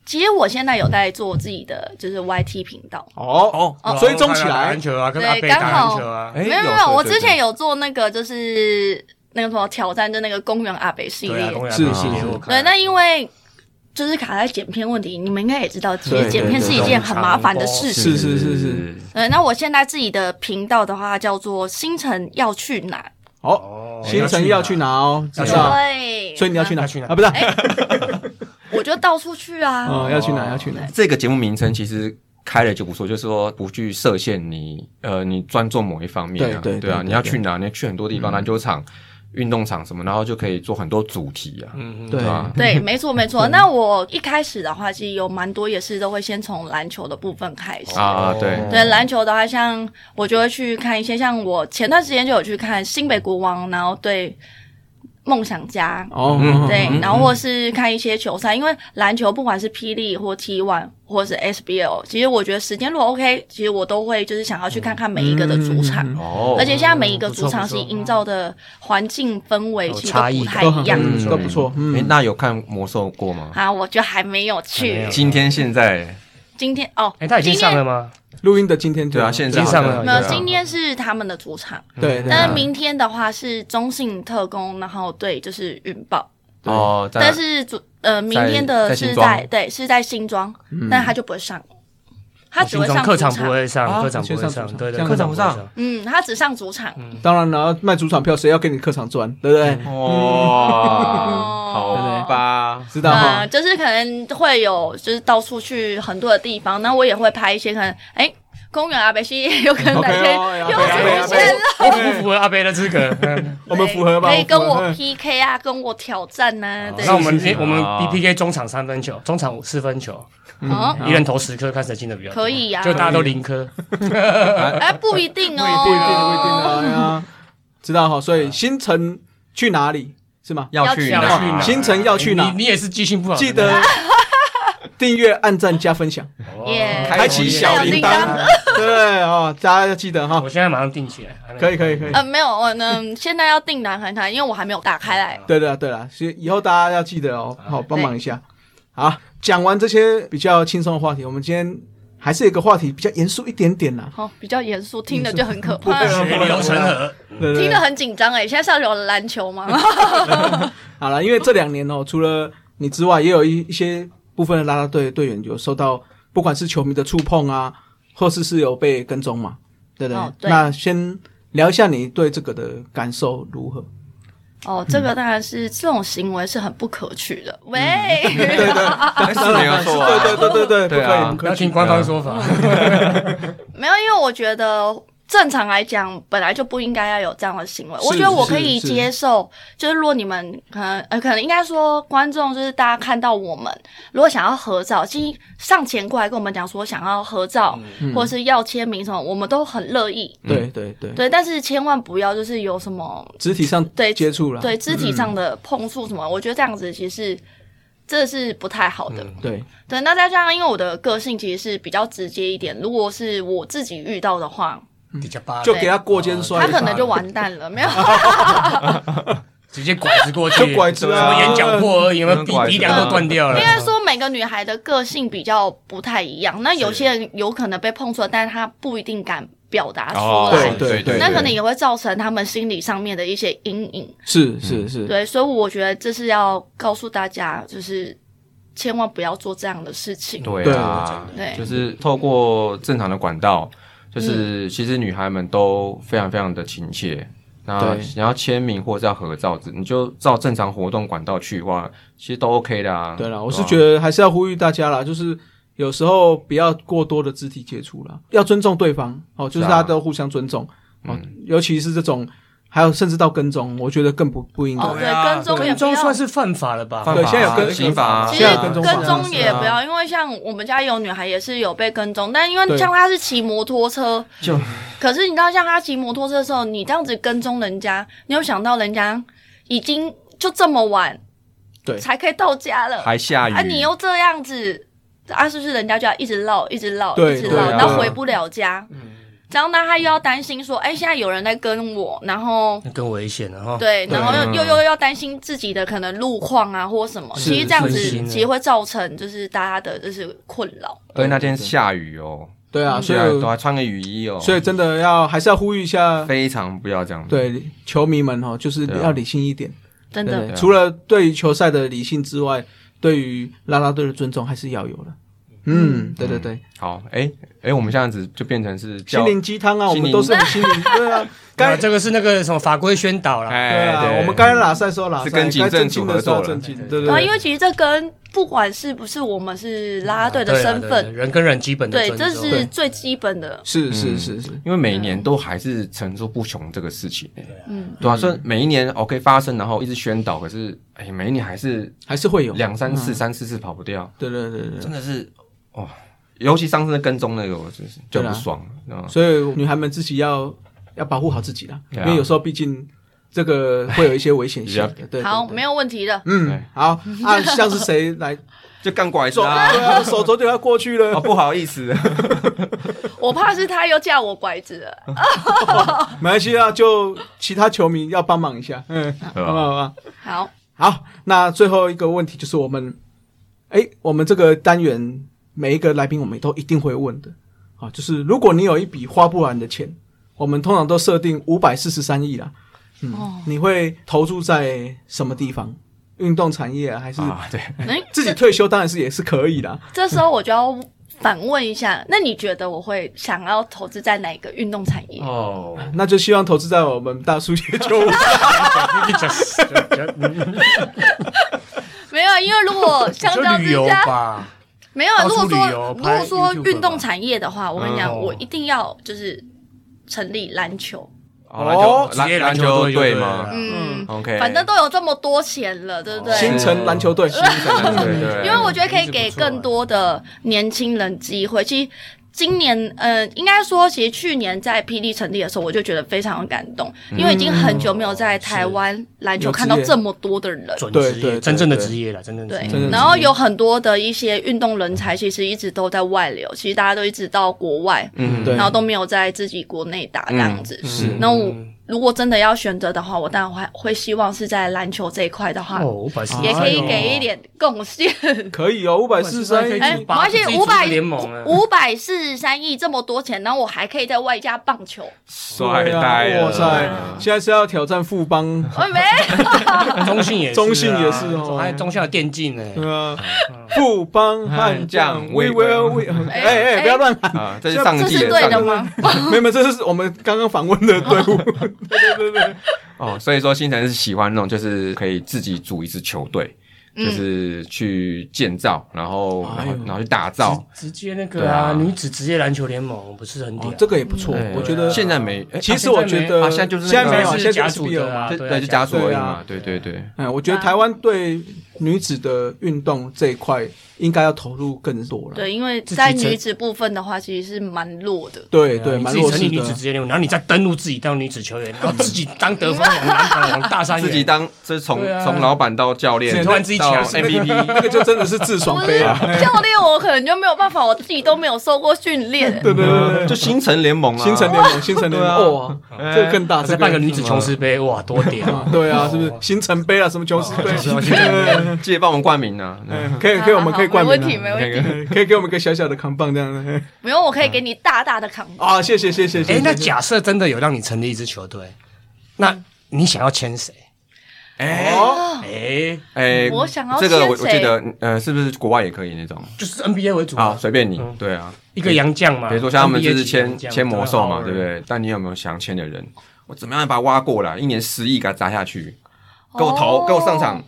A: 其实我现在有在做自己的就是 YT 频道，
C: 哦
A: 哦
C: 追踪起
D: 打
C: 来
D: 篮，球啊，跟
A: 对
D: 阿贝
A: 刚
D: 打
A: 好
D: 篮球啊，
B: 哎
A: 没有没
B: 对
A: 有，
B: 对
A: 我
B: 对
A: 之前有做那个就是那个什么挑战，就那个公园阿北系
D: 对
A: 列
D: 啊，，东亚
C: 是
D: 杯
C: 是
D: 系列
C: 是
D: 我看
A: 对，那因为就是卡在剪片问题，你们应该也知道，其
C: 对
A: 实
C: 对
A: 剪片是一件很麻烦的事情。
C: 是是是是，
A: 呃，那我现在自己的频道的话叫做“星辰要去哪
C: 哦，
D: 哦
C: 新城要去？哪哦？知”，
D: 要去
C: 道
D: 哪，
A: 对，
C: 所以你要去哪？
D: 要去哪
C: 啊，不是，
A: 我就到处去啊。
C: 哦，要去哪？要去哪？
B: 这个节目名称其实开了就不错，就是说不去设限你，呃，你专做某一方面、啊，
C: 对对
B: 对啊，
C: 对嗯
B: 你要去哪？你要去很多地方，篮球场、运动场什么，然后就可以做很多主题啊，
D: 嗯，
C: 对
B: 对啊
A: 对，没错没错。那我一开始的话，其实有蛮多也是都会先从篮球的部分开始。
B: 啊，
C: 哦
B: 对，
A: 对篮球的话，像我就会去看一些，像我前段时间就有去看新北国王，然后对梦想家，
C: 哦，
B: 嗯
A: 对，
B: 嗯
A: 然后或是看一些球赛，因为篮球不管是霹雳或 T One 或是 SBL，其实我觉得时间如果 OK，其实我都会就是想要去看看每一个的主场。
C: 嗯嗯嗯嗯
B: 哦，
A: 而且现在每一个
D: 不
A: 主
D: 错
A: 场
D: 哦不
A: 其
D: 错嗯
A: 实营造的环境氛围
D: 有
A: 其实都
D: 差
A: 不
D: 异
A: 太
C: 都很
A: 一样
C: 嗯都不错，
B: 诶
C: 嗯，
B: 那有看魔兽过吗？
A: 啊，我就还没有
D: 还没
A: 去
D: 有。
B: 今天现在，
A: 今天哦，
D: 哎，他已经上了吗？
C: 录音的今天就
B: 对啊，现在
D: 已经上了
B: 好像
A: 没有，
B: 对啊
A: 今天是他们的主场，
C: 对，啊对
A: 但
C: 对
A: 是明天的话是中信特工，然后对就是云豹，
B: 哦，在
A: 但是主呃明天的
B: 在
A: 是
B: 新
A: 在
B: 庄
A: 对是在新庄，
C: 嗯
A: 但他就不会上，他只
D: 哦新
A: 会
D: 庄
A: 上
D: 客
A: 主
D: 场不会上，
B: 啊
D: 客场不会
C: 先上主
D: 上，
C: 场
D: 对
C: 这
D: 对，
C: 样
D: 客场不会
B: 子
D: 上。
A: 嗯，他只上主场，
C: 嗯当然了，卖主场票谁要给你客场赚，对不对？
B: 嗯哇，好吧，
C: 知道
A: 啊，
C: 哈，
A: 就是可能会有就是到处去很多的地方，那我也会拍一些可能哎公园啊，北西也有可能哪
C: OK
A: 些
C: 哦哎呀
A: 又
C: 哎呀
A: 出现了，
D: 我符不符合阿贝的 资格？嗯
C: 我们符合吧？
A: 可以跟
C: 符合哦
A: 我 PK 啊，跟我挑战呐，对
D: 那，我们
C: 是是是
D: 我们
B: 啊
D: B P K 中场三分球，中场四分球，
A: 哦，
C: 啊
D: 一人投十颗，看谁进的比
C: 嗯
D: 较多
A: 可以呀啊
D: 就大家都零颗。
A: 哎不一定哦，
C: 不一定，不一定啊哎呀，知道哈。所以新城去哪里是吗？
B: 要去
A: 要去
B: 哪
A: 哪
C: 啊新城要去哪
D: 你你也是记性不好的，
C: 记 得订阅、按赞、加分享，
D: 哦
A: 耶
B: 开启小铃铛。
C: 对哦，大家要记得哈
D: 我。现在马上定起来，还 没
C: 可以，可以，可以。
A: 呃，没有，我呢现在要订南韩台，因为我还没有打开来。
C: 对的，对了，所以以后大家要记得哦，好帮忙一下。好，讲完这些比较轻松的话题，我们今天还是有一个话题比较严肃一点点啦。
A: 好，哦比较严肃，听的就很可
C: 不不
A: 怕，
D: 血流成河。
C: 对对
A: 听
C: 对
A: 得。很紧张哎。现在上有篮球吗？
C: 好了，因为这两年哦，除了你之外，也有一一些部分的啦啦队的队员有受到不管是球迷的触碰啊，或是是有被跟踪嘛，对不对？
A: 哦对
C: 那先聊一下你对这个的感受如何？
A: 哦，
C: 嗯
A: 这个当然是这种行为是很不可取的。 喂，
B: 哎是没有错啊，
C: 对对对对
B: 对啊
C: 不可以不
D: 要
C: 可以
D: 听官方说法，
A: 没有，因为我觉得正常来讲，本来就不应该要有这样的行为。
C: 是
A: 我觉得我
C: 是
A: 可以
C: 是
A: 接受，就是如果你们可能呃，可能应该说观众就是大家看到我们，如果想要合照，其实上前过来跟我们讲说想要合照，
C: 嗯
A: 或是要签名什么，我们都很乐意。
B: 嗯
C: 对对对，
A: 对，但是千万不要就是有什么
C: 肢体上
A: 对
C: 接触嗯了，
A: 对肢体上的碰触什么，我觉得这样子其实这是不太好的。
C: 嗯对
B: 嗯
A: 对，那再加上因为我的个性其实是比较直接一点，如果是我自己遇到的话，
D: 底下扒
C: 就给他过肩摔
A: 啊他
C: 一巴，
A: 可能就完蛋了，没有。
D: 直接拐子过去，
C: 就拐子啊
D: 什么眼角破而已，有没有
B: 嗯拐子啊
D: 鼻鼻梁都断掉了
A: 应？该说每个女孩的个性比较不太一样，那有些人有可能被碰触了，但是她不一定敢表达
B: 哦
A: 出来。
C: 对对对
A: 那可能也会造成他们心理上面的一些阴影，
C: 是
B: 嗯
C: 是是，
A: 对，所以我觉得这是要告诉大家，就是千万不要做这样的事情。
B: 对啊，
A: 对
B: 就是透过正常的管道，
C: 嗯
B: 就是其实女孩们都非常非常的亲切。那
C: 对
B: 你要签名或者要合照，你就照正常活动管道去的话，其实都 OK 的啊。
C: 对了，我
B: 吧
C: 是觉得还是要呼吁大家啦，就是有时候不要过多的肢体接触啦，要尊重对方哦，就
B: 是
C: 是
B: 啊嗯
C: 大家都互相尊重、哦，尤其是这种还有甚至到跟踪，我觉得更不不应该。
A: 哦对
D: 对啊
A: 跟踪也
D: 跟
A: 不要
D: 踪算是犯法了吧？
B: 犯
C: 对
B: 法
C: 现在有
B: 啊
C: 跟
B: 刑法啊，
A: 其
C: 现
A: 实
C: 在有跟踪法
A: 跟踪也不
C: 是
A: 要，因为像我们家有女孩也是有被跟踪，但因为
C: 对
A: 像她是骑摩托车，
B: 就
A: 可是你知道像她骑摩托车的时候，你这样子跟踪人家，你有想到人家已经就这么晚，
C: 对
A: 才可以到家了，
B: 还下雨，
A: 啊，你又这样子，啊，是不是人家就要一直绕，一直绕，
C: 对
A: 一直
C: 对
A: 绕，
C: 啊
A: 然后回不了家？这样呢，他又要担心说，哎、现在有人在跟我，然后
D: 那更危险了哈。
A: 对，然后
B: 嗯
A: 又又又要担心自己的可能路况啊或什么，
C: 是
A: 其实这样子
D: 分心啊
A: 其实会造成就是大家的就是困扰。
B: 而且那天下雨哦，
C: 对
A: 嗯
C: 啊，所
B: 对啊，都
C: 以
B: 还穿个雨衣哦，
C: 所以真的要还是要呼吁一下，
B: 非常不要这样。，
C: 对球迷们哦，就是
B: 对啊
C: 要理性一点。
A: 真
C: 对
A: 的，
C: 对
B: 啊
C: 除了对于球赛的理性之外，对于啦啦队的尊重还是要有的。嗯，对对对，
B: 好，哎哎，我们这样子就变成是
C: 心
B: 教，
C: 灵鸡汤啊，我
B: 心灵
C: 们都是很心灵，对啊，
D: 该、
C: 该
D: 这个是那个什么法规宣导啦。
C: 对
B: 哎，
C: 啊，
B: 对
C: 我们该拉赛时候拉
B: 是
C: 赛，
B: 跟警
C: 该
B: 政
C: 正
B: 署
C: 经
B: 合
C: 的时候
B: 作了
C: 正经，
D: 对
C: 对对
A: 然后哦因
C: 对，
A: 为其实这跟不管是不是我们是啦啦队的
D: 对啊啦
A: 身
D: 对
A: 份，
D: 人跟人基本的
A: 对，
D: 尊
A: 这
D: 重
A: 是最基本的。
C: 是
B: 嗯
C: 是是是，
B: 因为每年都还是层出不穷这个事情、欸，
A: 嗯，
B: 对啊，所以每一年 OK 发生，然后一直宣导，可是哎、每一年还是
C: 还是会有
B: 两三次、
C: 嗯
B: 三四次跑不掉，
C: 对对对对啊
B: 真的是哦，尤其上次跟踪那个，我真是就
C: 对
B: 不
C: 啊
B: 爽了，你知道吗
C: 所以女孩们自己要要保护好自己啦，
B: 对
C: 因
B: 啊
C: 为有时候毕竟这个会有一些危险性
B: Yeah
C: 的。对对，
A: 好，
C: 对
A: 没有问题了。
C: 嗯
B: 对，
C: 好啊，像是谁来
B: 就干拐子
C: 手，
B: 啊，
C: 对啊，手肘就要过去
B: 哦
C: 了，
B: 不好意 思，
A: 我怕是他又架我拐子了。
C: 马来西亚啊就其他球迷要帮忙一下，嗯，
B: 对
C: 好不
B: 吧？
C: 好吧？
A: 好，
C: 好，那最后一个问题就是我们，哎，我们这个单元每一个来宾我们都一定会问的啊，就是如果你有一笔花不完的钱，我们通常都设定五百四十三亿啦，嗯，
A: 哦
C: 你会投注在什么地方？运动产业、啊、还是
B: 啊，对，
A: 哎，
C: 自己退休？当然是也是可以啦。
A: 这时候我就要反问一下，那你觉得我会想要投资在哪一个运动产业？
D: 哦，
C: 那就希望投资在我们大叔野球。
A: 没有，啊因为如果相
D: 就
A: 较
D: 旅
A: 之
D: 游
A: 下，
D: 吧，
A: 没有。
D: 到
A: 如
D: 处
A: 果说
D: 旅游
A: 如
D: 拍
A: 果说
D: YouTuber
A: 运动
D: 吧
A: 产业的话，我跟你讲，
D: 哦
A: 我一定要就是成立篮球。
B: 好篮球
C: 哦
D: 职业
B: 篮
D: 篮
B: 球
D: 球
B: 队
D: 队
B: 吗
D: 对
A: 嗯，
B: ？OK，
A: 反正都有这么多钱了，对不对？
D: 哦
C: 新城篮球队，
B: 对对，
A: 因为我觉得可以
D: 嗯
A: 给
D: 是不错啊
A: 更多的年轻人机会。其实今年，呃，应该说，其实去年在霹雳成立的时候，我就觉得非常感动，
D: 嗯
A: 因为已经很久没有在台湾篮球
C: 有
A: 看到
C: 职业
A: 这么多的人。
D: 准
C: 对
D: 职
C: 对
D: 业，
C: 对
D: 真正的
C: 对
D: 职业了，真正的
A: 对
D: 职
C: 真
D: 业
C: 的。，
A: 然后有很多的一些运动人才，其实一直都在外流，其实大家都一直到国外，
B: 嗯
C: 对
A: 然后都没有在自己国内打这样子。
D: 嗯
C: 是
A: 那我如果真的要选择的话，我当然会会希望是在篮球这一块的话，
D: 哦，五百四
A: 也可以给一点贡献。
C: 可以哦，五百四十三亿。
A: 哎
D: 自己拔
A: 而且
D: 自己
A: 五
D: 组
A: 百
D: 个联盟啊
A: 五百四十三亿这么多钱，然后我还可以再外加棒球，
B: 帅呆了，嗯
C: 哇塞！现在是要挑战富邦，
A: 我没有
D: 中信也是啊，
C: 中信也是哦
D: 还有中信有电竞呢。
B: 嗯
C: 对啊，富邦悍将，We
B: 悍将
C: will
B: 魏
C: we，哎哎，不要乱 喊，
B: 啊，这是上
A: 这
B: 季
A: 是
B: 的
A: 对
B: 上
A: 的吗？
C: 没有没有，这是我们刚刚访问的队伍，
B: 哦，所以说星辰是喜欢那种就是可以自己组一支球队，
A: 嗯
B: 就是去建造，然后然
C: 哎
B: 后
C: 呦
B: 然后去打造。
D: 直直接那
B: 对
D: 个
B: 啊
D: 啊，女子职业篮球联盟不是很屌
C: 哦？这个也不错
B: 对，
C: 我觉得
B: 现在没，哎
C: 其实
D: 啊
C: 我
D: 现在
C: 觉
D: 没
C: 得
B: 啊现在就是那个
C: 现在没有，
D: 现在是
C: 现在
D: 甲
C: 是
D: 组
C: SBL
D: 的啊
B: 这
D: 对
B: 对就加速而已
C: 对啊
B: 嘛，对对对，
C: 哎，我觉得台湾对女子的运动这一块应该要投入更多了。
A: 对，因为
D: 自己
A: 在
D: 成
A: 女子部分的话，其实是蛮弱的。
C: 对对，
D: 哎你
C: 蛮
D: 自己
C: 弱
D: 成
C: 势
D: 立女子
C: 的。
D: 职业联盟，然后你再登录自己当女子 球员，然后自己当得分王、篮板王、大三元，
B: 自己当这是从
D: 对啊
B: 从老板到教
C: 啊
B: 练，
D: 突然自己
B: 到
D: 抢是
B: MVP，
C: 那个就哎真的是自
A: 我
C: 爽
A: 是
C: 杯 啊！
A: 教练，我可能就没有办法，我自己都没有受过训练。
C: 对对对
B: 就
C: 对，
B: 星辰联盟啊，
C: 新城联盟，新城联盟，
B: 对
C: 哦，这个更大，
D: 再
C: 这
D: 办
C: 半
D: 个女子琼斯杯，哇，多屌啊！
C: 对啊，是不是新城杯啊？什么琼斯杯？
B: 盟，记得帮我们冠名啊，
C: 嗯 可以可以，
A: 好
C: 我们可以
A: 好
C: 冠
A: 没
C: 名
A: 问
C: 啊
A: 题，没问题。
B: 那个
C: 可以给我们一个小小的扛棒这样 子。
A: 不用，我可以给你大大的扛。
C: 啊，谢谢谢谢谢谢。
D: 哎，那
C: 谢谢
D: 假设真的有让你成立一支球队，那你想要签谁？
B: 哎
D: 哎，
B: 哎，
A: 哦我想要
B: 这个我
A: 签
B: 我
A: 谁
B: 记得呃，是不是国外也可以那种？
D: 就是 NBA 为主
B: 好，
D: 啊，
B: 随便你
D: 嗯，
B: 对啊，
D: 一个洋将嘛。
B: 比如说像他们就是
D: NBA 级的
B: 签
D: 洋将
B: 签魔兽嘛，对
D: 对啊
B: 不？对？但你有没有想签的人？我怎么样把他挖过来？一年十亿给他砸下去？给我投，给我上场，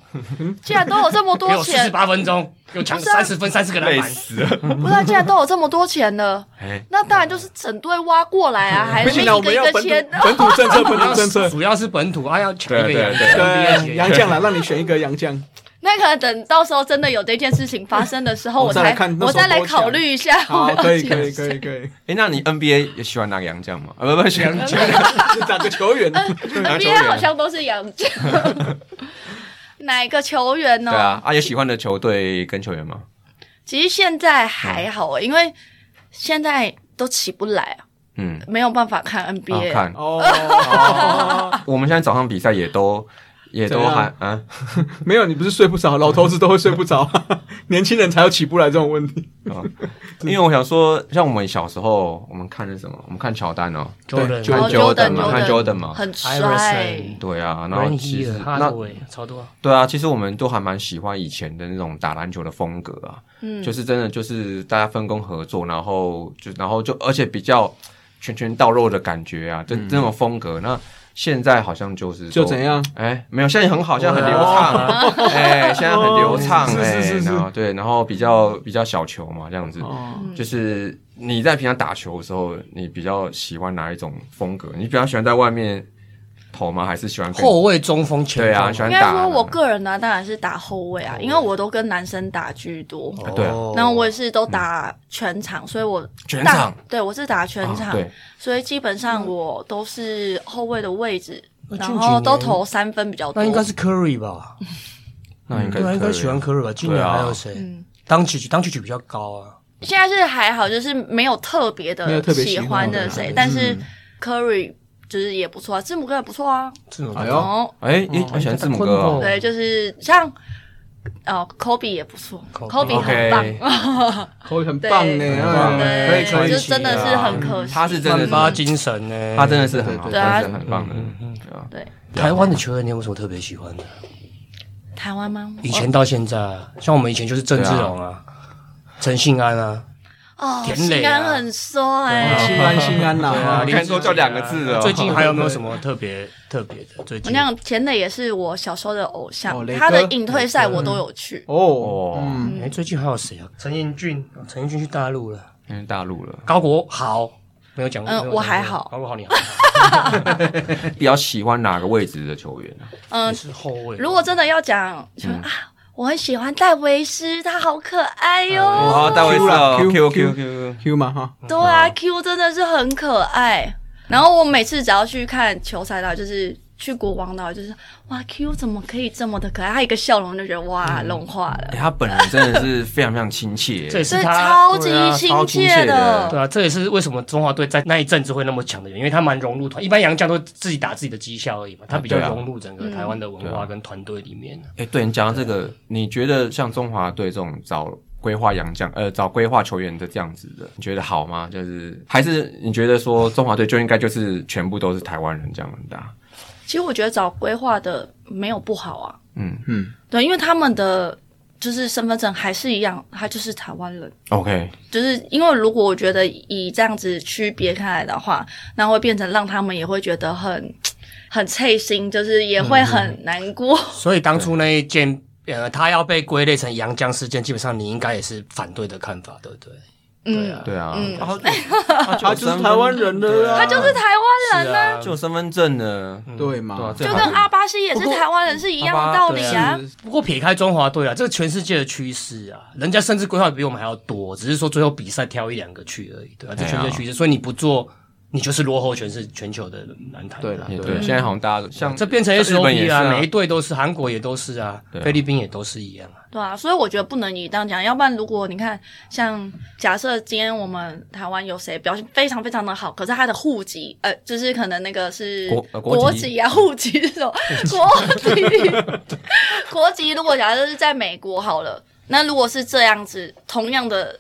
A: 既然都有这么
D: 给
A: 多
D: 我四十
A: 钱，
D: 八分钟，给我抢
A: 不是啊
D: 三十分，三十个篮
B: 累
D: 板。
B: 死了。
A: 不是啊，既然都有这么多钱了，
B: 哎，
A: 那当然就是整队挖过来啊，还
C: 毕
A: 是
C: 竟
A: 一
C: 呢，
A: 个
C: 我们要
A: 一个
C: 本土
A: 签。
C: 本土政策，
D: 主
C: 本
D: 要
C: 土政
D: 是
C: 策。
D: 主要是本土啊，要抢
B: 对
D: 一个
B: 对
D: 洋
B: 对
C: 对，
D: 洋
C: 杨将啦，让你选一个 杨将。
A: 那可能等到时候真的有这件事情发生的时候，
C: 我
A: 我
C: 再来看那时候
A: 我再来
C: 多强
A: 考虑一下。
C: 好，可以，可以，
A: 以。
C: 可以，可以，
B: 哎，那你 NBA 也喜欢哪个洋将吗？啊，不不，喜欢
D: 洋
C: 是哪个球员？
B: 哪个球
A: NBA 好
B: 员？
A: 像都是洋将，哪一个球员呢？
B: 对啊，啊，有喜欢的球队跟球员吗？
A: 其实现在
B: 嗯
A: 还好、欸因为现在都起不来啊，
B: 嗯，
A: 没有办法看
B: 好
A: NBA。
B: 看。
C: 哦，
B: 我们现在早上比赛也都也
C: 怎
B: 都
C: 样
B: 还啊，
C: 没有，你不是睡不着，老头子都会睡不着， 年轻人才有起不来这种问题。
B: 哦因为我想说，像我们小时候，我们看的是什么？我们看乔丹哦，
D: Jordan
C: 就
A: 然后
B: Jordan 嘛
A: Jordan
B: 看 Jordan 嘛
A: 很
D: Iverson
A: 帅。
B: 对啊，然后
D: Rain
B: 其实
D: Hill、
B: 那
D: Hardaway 超多啊，
B: 对啊，其实我们都还蛮喜欢以前的那种打篮球的风格啊，
A: 嗯
B: 就是真的就是大家分工合作，然后就然后就而且比较拳拳到肉的感觉啊，这这种风格。那现在好像就是说
C: 嗯就怎？样？
B: 哎，没有，现在很好，现在很
D: 对
B: 流
D: 啊
B: 畅， 哎，现在很流畅，
C: 哦是是
B: 哎
C: 是，是
B: 然后对，然后比较比较小球嘛，这样子。
C: 哦，
B: 就是你在平常打球的时候，你比较喜欢哪一种风格？你比较喜欢在外面投吗？还是喜欢跟
D: 后卫、中锋、前
B: 对啊，喜
D: 锋
B: 欢
A: 应该
B: 打
A: 说，
B: 呢。
A: 我个人呢、当然是打后卫啊，因为我都跟男生打居多，
D: 啊。
B: 对啊
D: 哦
A: 然后我也是都打全场，所以我
B: 全
A: 大
B: 场，
A: 对我是打全场，
B: 对，
A: 所以基本上我都是后卫的位置，
D: 那近
A: 然
D: 几
A: 后都
D: 年
A: 投三分比较多。
D: 那应该是 Curry 吧？
B: 嗯那应该
D: 对啊，应该
B: 可以
D: 喜欢 Curry 吧？今年还有谁？
A: 嗯，
D: 当曲曲，当曲曲比较高啊。
A: 现在是还好，就是没有特别
C: 没有
A: 的
C: 特别喜
A: 喜
C: 欢
A: 欢
C: 的
A: 的
C: 嗯
A: 谁，但是 Curry 就是也不错啊，字母哥也不错啊。
D: 这种
C: 哎呦
A: 然后
B: 哎，你
A: 嗯
B: 很喜欢字母哥
D: 哦
B: 哦
A: 对，就是像哦，Kobe 也不错
D: Kobe
A: ，Kobe 很棒，
B: ？OK，啊
C: 口语很
A: 对
C: 棒呢，
B: 很棒
C: 哎可以
A: 对，
C: 可以，
A: 就真的是很可惜。
B: 啊他是真的是，
D: 散发精神呢。
B: 他真的是很好，
C: 对
A: 啊
B: 他是很棒的。
A: 嗯
B: 对啊
A: 对
D: 台湾的球员，你有没有什么特别喜欢的？
A: 台湾吗？哦
D: 以前到现在啊，像我们以前就是郑志龙啊，陈信安啊，
A: 哦，
D: 田
A: 心
D: 磊
A: 安
D: 啊
A: 很帅
D: 对啊
A: 哎，
C: 心安心安
D: 对啊，
C: 呐。
B: 你看说就两个字哦
D: 最近还有没有什么特 别特别的？最
A: 我
D: 近
A: 那样，田磊也是我小时候的偶
C: 哦
A: 像，
C: 雷
A: 他的
C: 哥
A: 引退赛我都有去。
C: 哦
B: 哦，
C: 嗯，
D: 哎，最近还有谁啊？陈彦俊，哦陈彦俊去大陆了。
B: 因为大陆了，
D: 高国豪没有讲过，
A: 嗯
D: 没有讲过
A: 我还好
D: 高国豪你还好，
B: 哎比较喜欢哪个位置的球员啊？
A: 嗯
D: 你，是后卫。哦
A: 如果真的要讲，就啊，我很喜欢戴维斯，他好可爱哟、
B: 哦，戴维斯哦
C: Q 啦
B: Q
C: Q
B: Q Q，
C: Q 嘛哈，
A: 对啊，Q 真的是很可爱。然后我每次只要去看球赛的话，就是去国王岛，就是哇，Q 怎么可以这么的可爱？他一个笑容就觉得哇，融化了
B: 哎，，他本人真的是非常非常亲切，
D: 这也
A: 所
D: 是
A: 以
D: 他。
A: 超级
B: 对啊
A: 亲
B: 超亲切的
D: 对啊，这也是为什么中华队在那一阵子会那么强的原因，因为他蛮融入团。一般洋将都自己打自己的绩效而已嘛，他比较
B: 对啊
D: 融入整个台湾的文
B: 对
D: 化
B: 啊
D: 跟团队里面。
B: 哎、对你讲到这个，你觉得像中华队这种找规划洋将，呃，找规划球员的这样子的，你觉得好吗？就是还是你觉得说中华队就应该就是全部都是台湾人这样打？
A: 其实我觉得找规划的没有不好啊，
B: 嗯
A: 对，因为他们的就是身份证还是一样，他就是台湾人。
B: ，OK，
A: 就是因为如果我觉得以这样子区别开来的话，那会变成让他们也会觉得很很脆心，就是也会很难过。
B: 啊
D: 所以当初那一件，呃，他要被归类成洋将事件，基本上你应该也是反对的看法，对不对？对啊
B: 对啊，
A: 嗯
B: 然后
C: 他就是台湾人的啊，
A: 他嗯就是台湾
D: 是
A: 人呢、
D: 啊，
B: 就有身份证呢，
C: 嗯对
B: 对
C: 嘛
B: 啊，，
A: 就
B: 这
A: 跟
B: 好像
A: 阿巴西也是台湾人是一样的道理啊。
C: 是
D: 不过撇开中华队啊，这个全世界的趋势啊，人家甚至规划比我们还要多，只是说最后比赛挑一两个去而已，对吧、这
B: 对啊
D: 全世界趋势，所以你不做，你就是落后全是全球的篮坛
C: 对啦
D: 了。
B: 也
C: 对
B: 对，现在好像大家像
D: 这变成
B: 像日本也
D: SOP
B: 是
D: 啊，
B: 啊，
D: 每一队都是，韩国也都是啊，
B: 对啊
D: 菲律宾也都是一样啊。
A: 对啊，所以我觉得不能以这样讲，要不然如果你看，像假设今天我们台湾有谁表现非常非常的好，可是他的户籍，呃，就是可能那个是
B: 国呃国籍
A: 国籍啊，户籍是什么？国籍，国籍。如果假设是在美国好了，那如果是这样子，同样的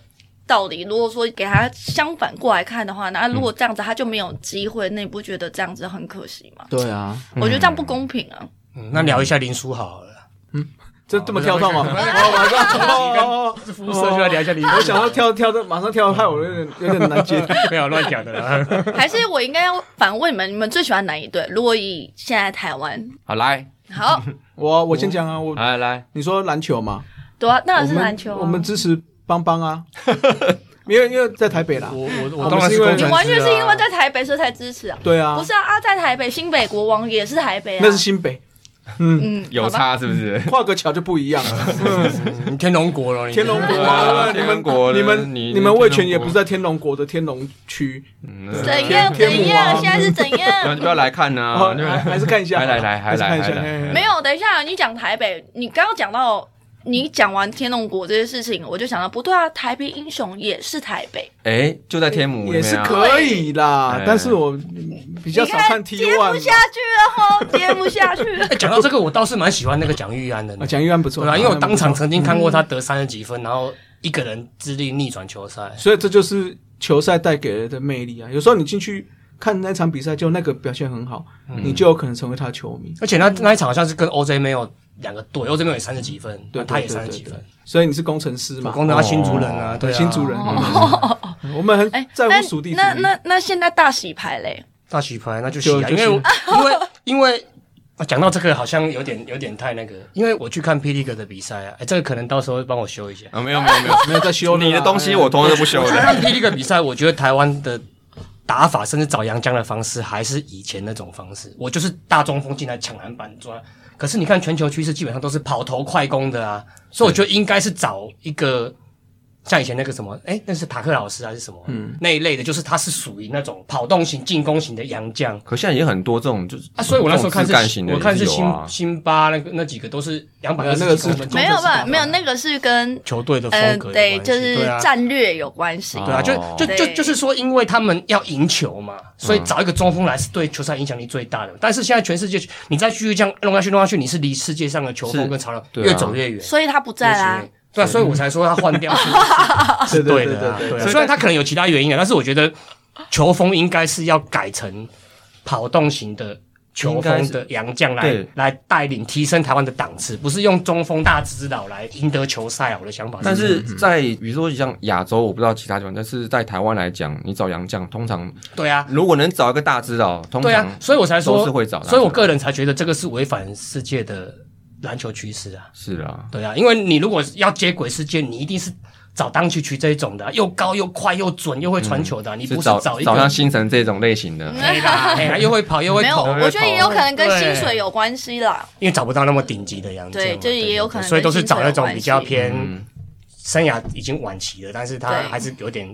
A: 道理，如果说给他相反过来看的话，那
B: 嗯
A: 如果这样子他就没有机会，那你不觉得这样子很可惜吗？
C: 对啊，
B: 嗯
A: 我觉得这样不公平啊。
D: 嗯，那聊一下林书豪好了，
C: 这这么跳 动吗？
D: 哦
C: 马上哦，
D: 是肤色就要聊一下林书豪。
C: 我想要跳跳的，马上跳，害我有点有点难接。
D: 没有乱讲的啦。
A: 还是我应该要反问你们，你们最喜欢哪一队？如果以现在台湾
B: 好来，
A: 好，
C: 我我先讲啊，我
B: 来来，
C: 你说篮球嘛，
A: 对啊，当
C: 我
A: 然是
C: 们
A: 篮球、啊
C: 我们支持邦邦啊， 因为因为在台北啦，
D: 我我
C: 我
D: 我当然
C: 是
D: 是
C: 因为
D: 工
A: 你
D: 程师、啊，
A: 完全是因为在台北所以才支持啊。
C: 对啊，
A: 不是啊，啊，在台北新北国王也是台北啊，
C: 那是新北，嗯，
A: 嗯，
B: 有
A: 好吧，
B: 差是不是？
C: 跨个桥就不一样了。嗯
D: 你天龙国了，你
C: 天龙国
B: 对啊
C: 啊，你
B: 天
C: 们
B: 龙国
C: 你们
B: 你
C: 你们味全
B: 天龙国
C: 也不是在天龙国的天龙区，
B: 嗯
A: 怎样
C: 天母
A: 怎样，
C: 啊
A: 现在是怎
B: 那你
A: 样？
B: 不要来看呐，
C: 哦
B: 对不
C: 还
B: 对
C: 还是看一下好
B: 还
C: 了，
B: 来来还
C: 还是看一
B: 来
C: 下
B: 还来，
C: 嘿
A: 没有，等一下，你讲台北，你刚刚讲到你讲完天龙国这些事情，我就想到不对啊，台北英雄也是台北，
B: 哎，就在天母
C: 也是
B: 可
C: 可以啦
B: 哎，
C: 但是我比较
A: 你
C: 少
A: 看
C: 看 T
A: 接不
C: one
A: 下去了吼，接不下去 了。
D: 哎讲到这个，我倒是蛮喜欢那个蒋玉安的呢
C: 啊，，蒋玉安不错
D: 对啊，因为我当，
C: 蒋玉安
D: 场曾经看过他得三十几分，然后一个人致力逆转球赛
C: 不错。所以这就是球赛带给人的魅力啊。有时候你进去看那场比赛，就那个表现很好，你就有可能成为他的球迷。
D: 而且那那一场好像是跟 OJ 没有两个队，OJ 没有也三十几分，
C: 对，
D: 啊他也
C: 对
D: 三十
C: 对
D: 几
C: 对
D: 分，
C: 所以你是工程师嘛？
D: 工的他新族人啊，对啊，
C: 新族人，嗯我们
A: 哎
C: 很，在
A: 那
C: 乎属地主
A: 那
C: 义。
A: 那那现在大洗牌嘞？
D: 大洗牌那就洗啊，
C: 就
D: 因
C: 就
D: 为我因 为因为啊讲到这个好像有点有点太那个，因为我去看霹雳哥的比赛啊，哎，这个可能到时候帮我修一下。
B: 啊，没有没有没有，
C: 没有在修了啦
B: 你的东西我通常都不修
D: 我去
B: 的。
D: 哦 看霹雳哥比赛，我觉得台湾的打法甚至找杨江的方式还是以前那种方式，我就是大中锋进来抢篮板抓。可是你看全球趋势基本上都是跑投快攻的啊，所以我觉得应该是找一个像以前那个什么，哎，那是塔克老师还是什么，嗯，那一类的，就是他是属于那种跑动型、进攻型的洋将。
B: 可现在也很多这种就是
D: 啊，所以我那时候看
B: 这种自
D: 是
B: 干型的
D: 我看是
B: 也有
D: 辛
B: 啊，
D: 辛巴那个那几个都是两百
C: 没有那个是
A: 没有吧？没有，那个是跟
D: 球队的
A: 呃
D: 风格有
A: 对，
D: 关系，
A: 就是
D: 对啊
A: 战略有关系。
D: 对啊，就
B: 哦
D: 就就
A: 对
D: 就是说，因为他们要赢球嘛，所以找一个中锋来是对球赛影响力最大的。但是现在全世界，你再继续这样弄下去弄下去，你是离世界上的球风
B: 是
D: 跟潮流
B: 对啊
D: 越走越远。
A: 所以他不在啦。
D: 对啊，所以我才说他换掉是
C: 对对对
D: 的啊。
C: 对
D: 对啊，
C: 所以
D: 虽然他可能有其他原因啊，但是我觉得球风应该是要改成跑动型的。球
B: 应该
D: 风
B: 是
D: 的洋将来
B: 对
D: 来带领提升台湾的档次，不是用中锋大指导来赢得球赛啊！我的想法
B: 嗯但
D: 是
B: 是在比如说像亚洲，我不知道其他地方，但是在台湾来讲，你找洋将，通常
D: 这样，对啊，
B: 如果能找一个大指导，通
D: 对啊
B: 常，
D: 所以我才说
B: 都是会找他
D: 所以我个人才觉得这个是违反世界的篮球趋势啊。
B: 是啊，
D: 对啊，因为你如果要接轨世界，你一定是找当区区这一种的啊、又高又快又准又会传球的啊、你不
B: 嗯是
D: 是
B: 找
D: 一
B: 找像
D: 个嗯
B: 星辰这种类型的，
D: 黑啦，黑啦，又会跑又会
A: 没有，
D: 投，
A: 我觉得也有可能跟
D: 对
A: 薪水有关系啦。
D: 因为找不到那么顶级的洋将嘛，
A: 对就是也有可能
D: 对所以都是找那种
A: 跟
D: 比
A: 薪水有
D: 较
A: 关系
D: 偏
B: 嗯，
D: 生涯已经晚期的，但是他
A: 对
D: 还是有点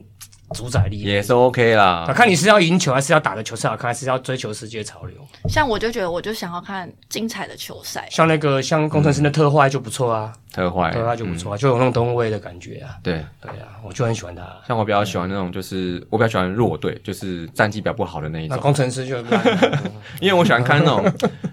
D: 主宰力。
B: 也是 OK 啦
D: 啊，。看你是要赢球，还是要打的球赛好看，还是要追求世界潮流？
A: 像我就觉得，我就想要看精彩的球赛。
D: 像那个像工程师的特坏就不错啊，
B: 特坏，
D: 对他就不
B: 嗯
D: 错啊，就有那种东位的感觉啊。
B: 对，
D: 对啊，我就很喜欢他。
B: 像我比较喜欢那种，就是我比较喜欢弱队，就是战绩比较不好的那一
D: 那
B: 种，
D: 工程师就
B: 因为我喜欢看那种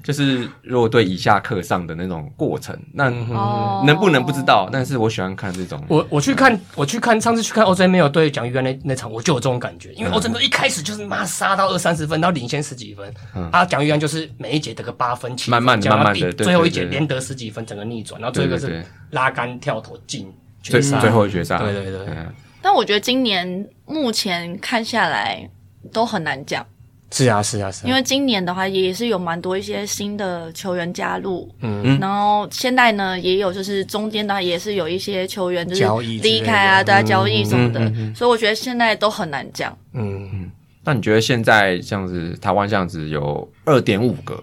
B: 就是弱队以下课上的那种过程。那
A: 哦
B: 能不能不知？道，但是我喜欢看这种。
D: 嗯我我去看我去看上次去看 OJ 没有对蒋玉安那那场，我就有这种感觉，因为
B: 嗯
D: OJ 没有一开始就是妈杀到二三十分，然后领先十几分，啊蒋玉安就是每一节得个八分，七分
B: 嗯慢慢地
D: 这样
B: 慢慢地
D: 然
B: 对
D: 后第最后一
B: 对
D: 节
B: 对对
D: 连得十几分，整个逆转，然后最后一个
B: 对对
D: 是
B: 对
D: 拉杆跳投进
B: 最
D: 决赛，
B: 最后的决赛，
D: 对对对
B: 嗯
A: 但我觉得今年目前看下来都很难讲，
D: 是啊是啊是啊，
A: 因为今年的话也是有蛮多一些新的球员加入，
D: 嗯
A: 然后现在呢也有就是中间的话也是有一些球员就是
D: 交易之类
A: 离
D: 的
A: 开啊，对啊，
D: 嗯
A: 交易什么的
B: 嗯，
A: 所以我觉得现在都很难讲。
D: 嗯
B: 那你觉得现在这样子，台湾这样子有二点五个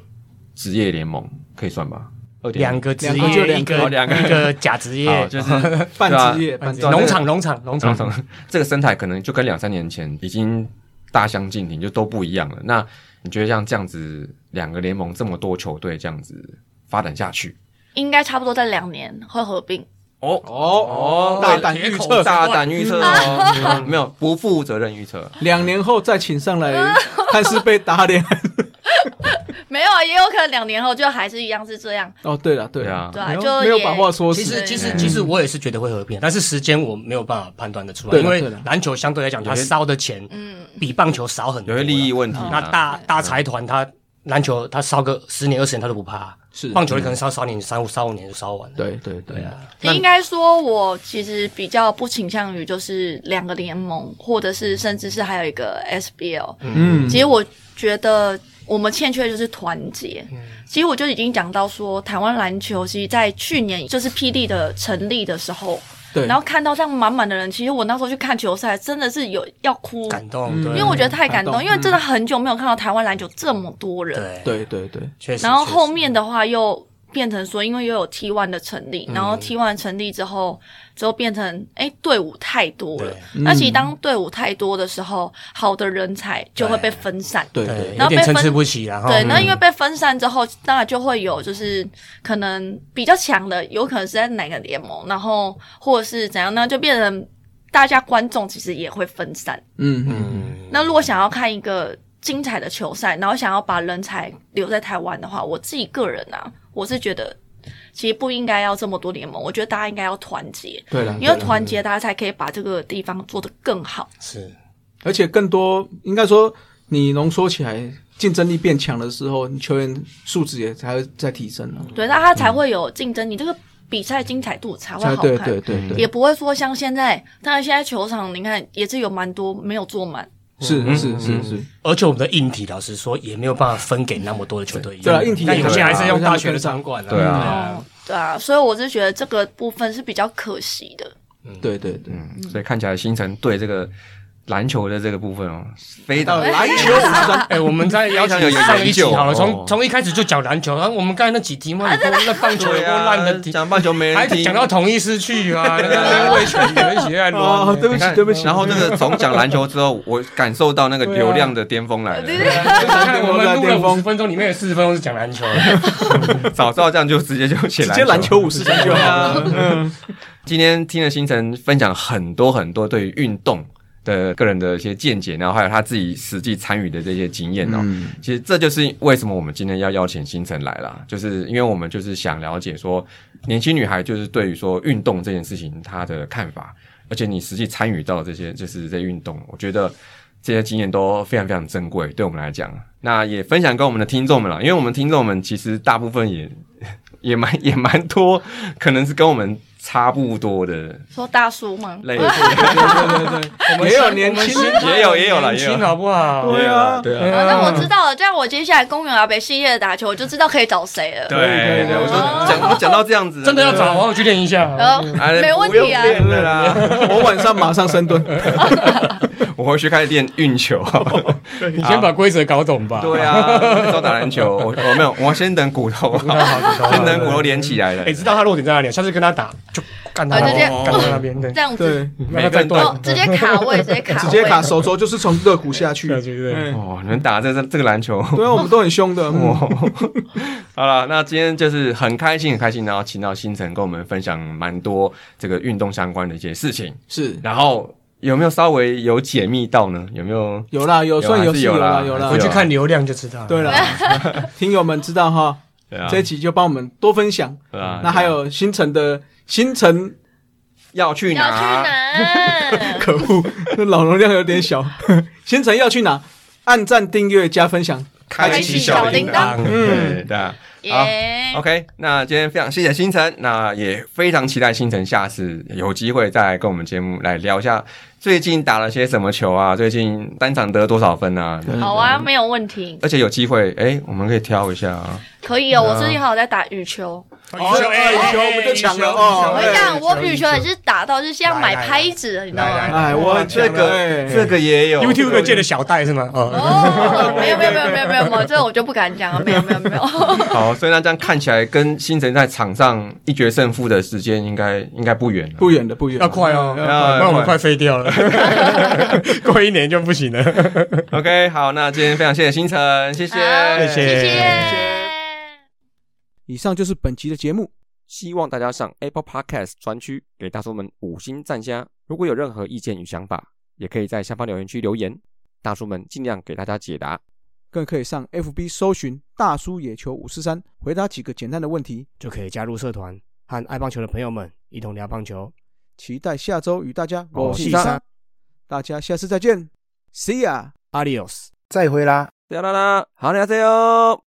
B: 职业联盟，可以算吧？二点
D: 两个职
C: 两个就
D: 业
C: 两
D: 一
C: 个
D: 个
B: 哦两个
D: 一个假职
B: 好，
D: 业，
B: 就是
C: 哎半职业，半职
B: 对啊
C: 业，
D: 农场农场农
B: 常
D: 场
B: 常这个生态可能就跟两三年前已经大相径庭，就都不一样了。那你觉得像这样子，两个联盟这么多球队这样子发展下去？
A: 应该差不多在两年会合并，
B: 哦
C: 哦大胆预测，
B: 大胆预测哦，没有不负责任预测，
C: 两年后再请上 来，看是被打脸。
A: 没有啊，也有可能两年后就还是一样是这样，
C: 哦，对了，对
B: 对啊
A: 对啊
C: 没有
A: 就
C: 没有
A: 也
C: 把话说
D: 其
C: 死。
D: 实，其实，
B: 嗯
D: 其实我也是觉得会合并，但是时间我没有办法判断得出来，
C: 对
D: 因
C: 了
D: 为
C: 对了
D: 篮球相对来讲，它
B: 有些
D: 烧的钱
A: 嗯，
D: 比棒球少很多
B: 有
D: 啦。
B: 些利益问题啊。
D: 那大大财团，它篮球它烧个十年二十年，它都不怕。啊
C: 是
D: 棒球你可能烧三年、三五、三五年就烧完了。
C: 对对对
D: 对啊，
B: 那
A: 应该说，我其实比较不倾向于就是两个联盟，或者是甚至是还有一个 SBL。
C: 嗯
A: 其，实我觉得我们欠缺的就是团结。其实我就已经讲到说，台湾篮球其实在去年就是 PD 的成立的时候，
C: 对，
A: 然后看到这样满满的人，其实我那时候去看球赛，真的是有要哭，
D: 感动，
C: 嗯
D: 对，
A: 因为我觉得太感
C: 感
A: 动，
C: 动嗯
A: 因为真的很久没有看到台湾篮球这么多人。
D: 对，
C: 对对对，
D: 确实。
A: 然后
D: 确实
A: 后面的话又变成说，因为又有 T one 的成
D: 嗯
A: 立，然后 T one 成立之后，之后变成哎队伍太多了
D: 对。
A: 那其实当队伍太多的时候，好的人才就会被分散。
C: 对
D: 对，
A: 然
D: 有
A: 后被
D: 点
A: 分
D: 参差不齐啊。哈
A: 对，
D: 嗯
A: 那因为被分散之后，当然就会有就是可能比较强的，有可能是在哪个联盟，然后或者是怎样，那就变成大家观众其实也会分散。
C: 嗯嗯，
A: 那如果想要看一个精彩的球赛，然后想要把人才留在台湾的话，我自己个人啊，我是觉得其实不应该要这么多联盟，我觉得大家应该要团结，
C: 嗯对了，
A: 因为团结大家才可以把这个地方做得更好。
D: 是
C: 而且更多应该说，你浓缩起来，竞争力变强的时候，你球员素质也才会再提升啊了。
A: 对，大家才会有竞争，你这个比赛精彩度才会
C: 才
A: 好
C: 对
A: 看。
C: 对对
A: 也
C: 对，
A: 不会说像现在，当然现在球场你看也是有蛮多没有坐满，
C: 是是是是，
D: 而且我们的硬体，老实说也没有办法分给那么多的球队。
C: 对啊硬体
D: 但有些还是用大学
C: 对
D: 的
C: 啊
D: 场馆啊。
B: 对啊
A: 哦，对啊，所以我是觉得这个部分是比较可惜的。
C: 对对对。
B: 嗯，所以看起来星辰对这个篮球的这个部分哦，非
C: 到
B: 常
C: 篮球史上，
D: 哎，我们在邀请
B: 非常有
D: 上一
B: 研
D: 集
B: 究
D: 好了，
B: 哦
D: 从从一开始就讲篮球，然啊后我们刚才那几题嘛，都那棒球有多烂的题，
B: 啊讲棒球没
D: 还
B: 人听，
D: 讲到统一失去啊，那个魏权有一起在
C: 哦，
D: 乱。
C: 对不
B: 你
C: 起
B: 看
C: 对不起，
B: 然后那个从讲篮球之后，我感受到那个流量的巅峰来了。
D: 你看我们录了
C: 巅
D: 五
C: 峰
D: 十分钟，里面有四十分钟是讲篮球。
B: 早知道这样就直接就写
C: 直接篮球五十强就好了。
B: 啊嗯今天听了星辰分享很多很多对于运动的个人的一些见解，然后还有他自己实际参与的这些经验哦。
C: 嗯
B: 其实这就是为什么我们今天要邀请星辰来啦，就是因为我们就是想了解说，年轻女孩就是对于说运动这件事情她的看法，而且你实际参与到这些就是这些运动，我觉得这些经验都非常非常珍贵，对我们来讲。那也分享给我们的听众们了，因为我们听众们其实大部分 也也蛮也蛮多，可能是跟我们差不多的
A: 说大叔吗？
B: 类似，
C: 对对对，也有年轻人，
B: 也有也有啦
D: 年
B: 也
D: 轻
B: 有
D: 好不 好？
C: 对啊
B: 对
A: 啊那我知道了，这样我接下来公园要啊被系列的打球，我就知道可以找谁了。
B: 对对对，我就讲我讲到这样子了，
D: 真的要找，我去练一下。
A: 然后
B: 哎
A: 没问题啊
B: 不，用练了啦。
C: 我晚上马上深蹲。
B: 我回去开始练运球。
D: 你先把规则搞懂吧。
B: 对啊，那时候打篮球，我我没有，我先等骨头，先等骨头连起来了
D: 哎，。知道他弱点在哪里，下次跟他打就干他，
A: 啊直接
D: 干他那边，对，
A: 这样子
C: 对，
D: 让他再断
A: 哦，直接卡位，直接卡位，
C: 直接卡手肘就是从肋骨下去。
D: 下去对
C: 嗯
B: 哦，你们打这这这个篮球，
C: 对啊，我们都很凶的。嗯
B: 哦， 好了，那今天就是很开心，很开心，然后请到星辰跟我们分享蛮多这个运动相关的一些事情，
C: 是
B: 然后有没有稍微有解密到呢？有没有？
C: 有啦，有算
B: 有啊
C: 有
B: 是
C: 是
B: 有
C: 有
B: 啦
C: 啦有
B: 还
C: 啦
D: 回
B: 是。
D: 去看流量就知道。
C: 嗯对了，听友们知道哈，
B: 对啊
C: 这一集就帮我们多分享。
B: 对啊
C: 那还有星辰的星辰，
B: 要去
A: 要去
B: 哪？
A: 哪？
C: 可恶，那脑容量有点小。 星辰要去哪？按赞、订阅、加分享。
B: 开启小铃铛。嗯，对啊。好
A: 耶！
B: OK，那今天非常谢谢星辰，那也非常期待星辰下次有机会再来跟我们节目来聊一下最近打了些什么球啊，最近单场得多少分啊？
A: 好啊，没有问题，
B: 而且有机会，哎、我们可以挑一下啊。
A: 可以哦。我最近还有在打羽球，
D: 哦，
C: 羽球我们就抢了哦
A: 我
C: 哎
A: 跟你讲，我羽球也是打到就是要买拍子，你知道
D: 来来
A: 吗？
C: 哎，我很
B: 这个、
C: 哎
B: 这个也有
D: YouTube 界的小戴是吗？哦，
A: 哦，没有没有没有没有没有没有，这我就不敢讲了，没有没有没有。
B: 好，所以那这样看起来跟星辰在场上一决胜负的时间应该应该不远了。
C: 不远的不远，
D: 要快哦，要
B: 要
D: 快不然我们快飞掉了，过一年就不行了。
B: OK，好，那今天非常谢谢星辰，谢
A: 好
D: 谢
A: 谢谢。
C: 以上就是本集的节目。
B: 希望大家上 Apple Podcast 专区给大叔们五星赞加。如果有任何意见与想法，也可以在下方留言区留言，大叔们尽量给大家解答。
C: 更可以上 FB 搜寻“大叔野球五四三”，回答几个简单的问题。
D: 就可以加入社团，和爱棒球的朋友们一同聊棒球。
C: 期待下周与大家
D: 我是
C: 三
D: 哦三
C: 大家下次再见，See ya。
D: Adios。
E: 再回啦。
B: 啦啦啦，好，你好，加油！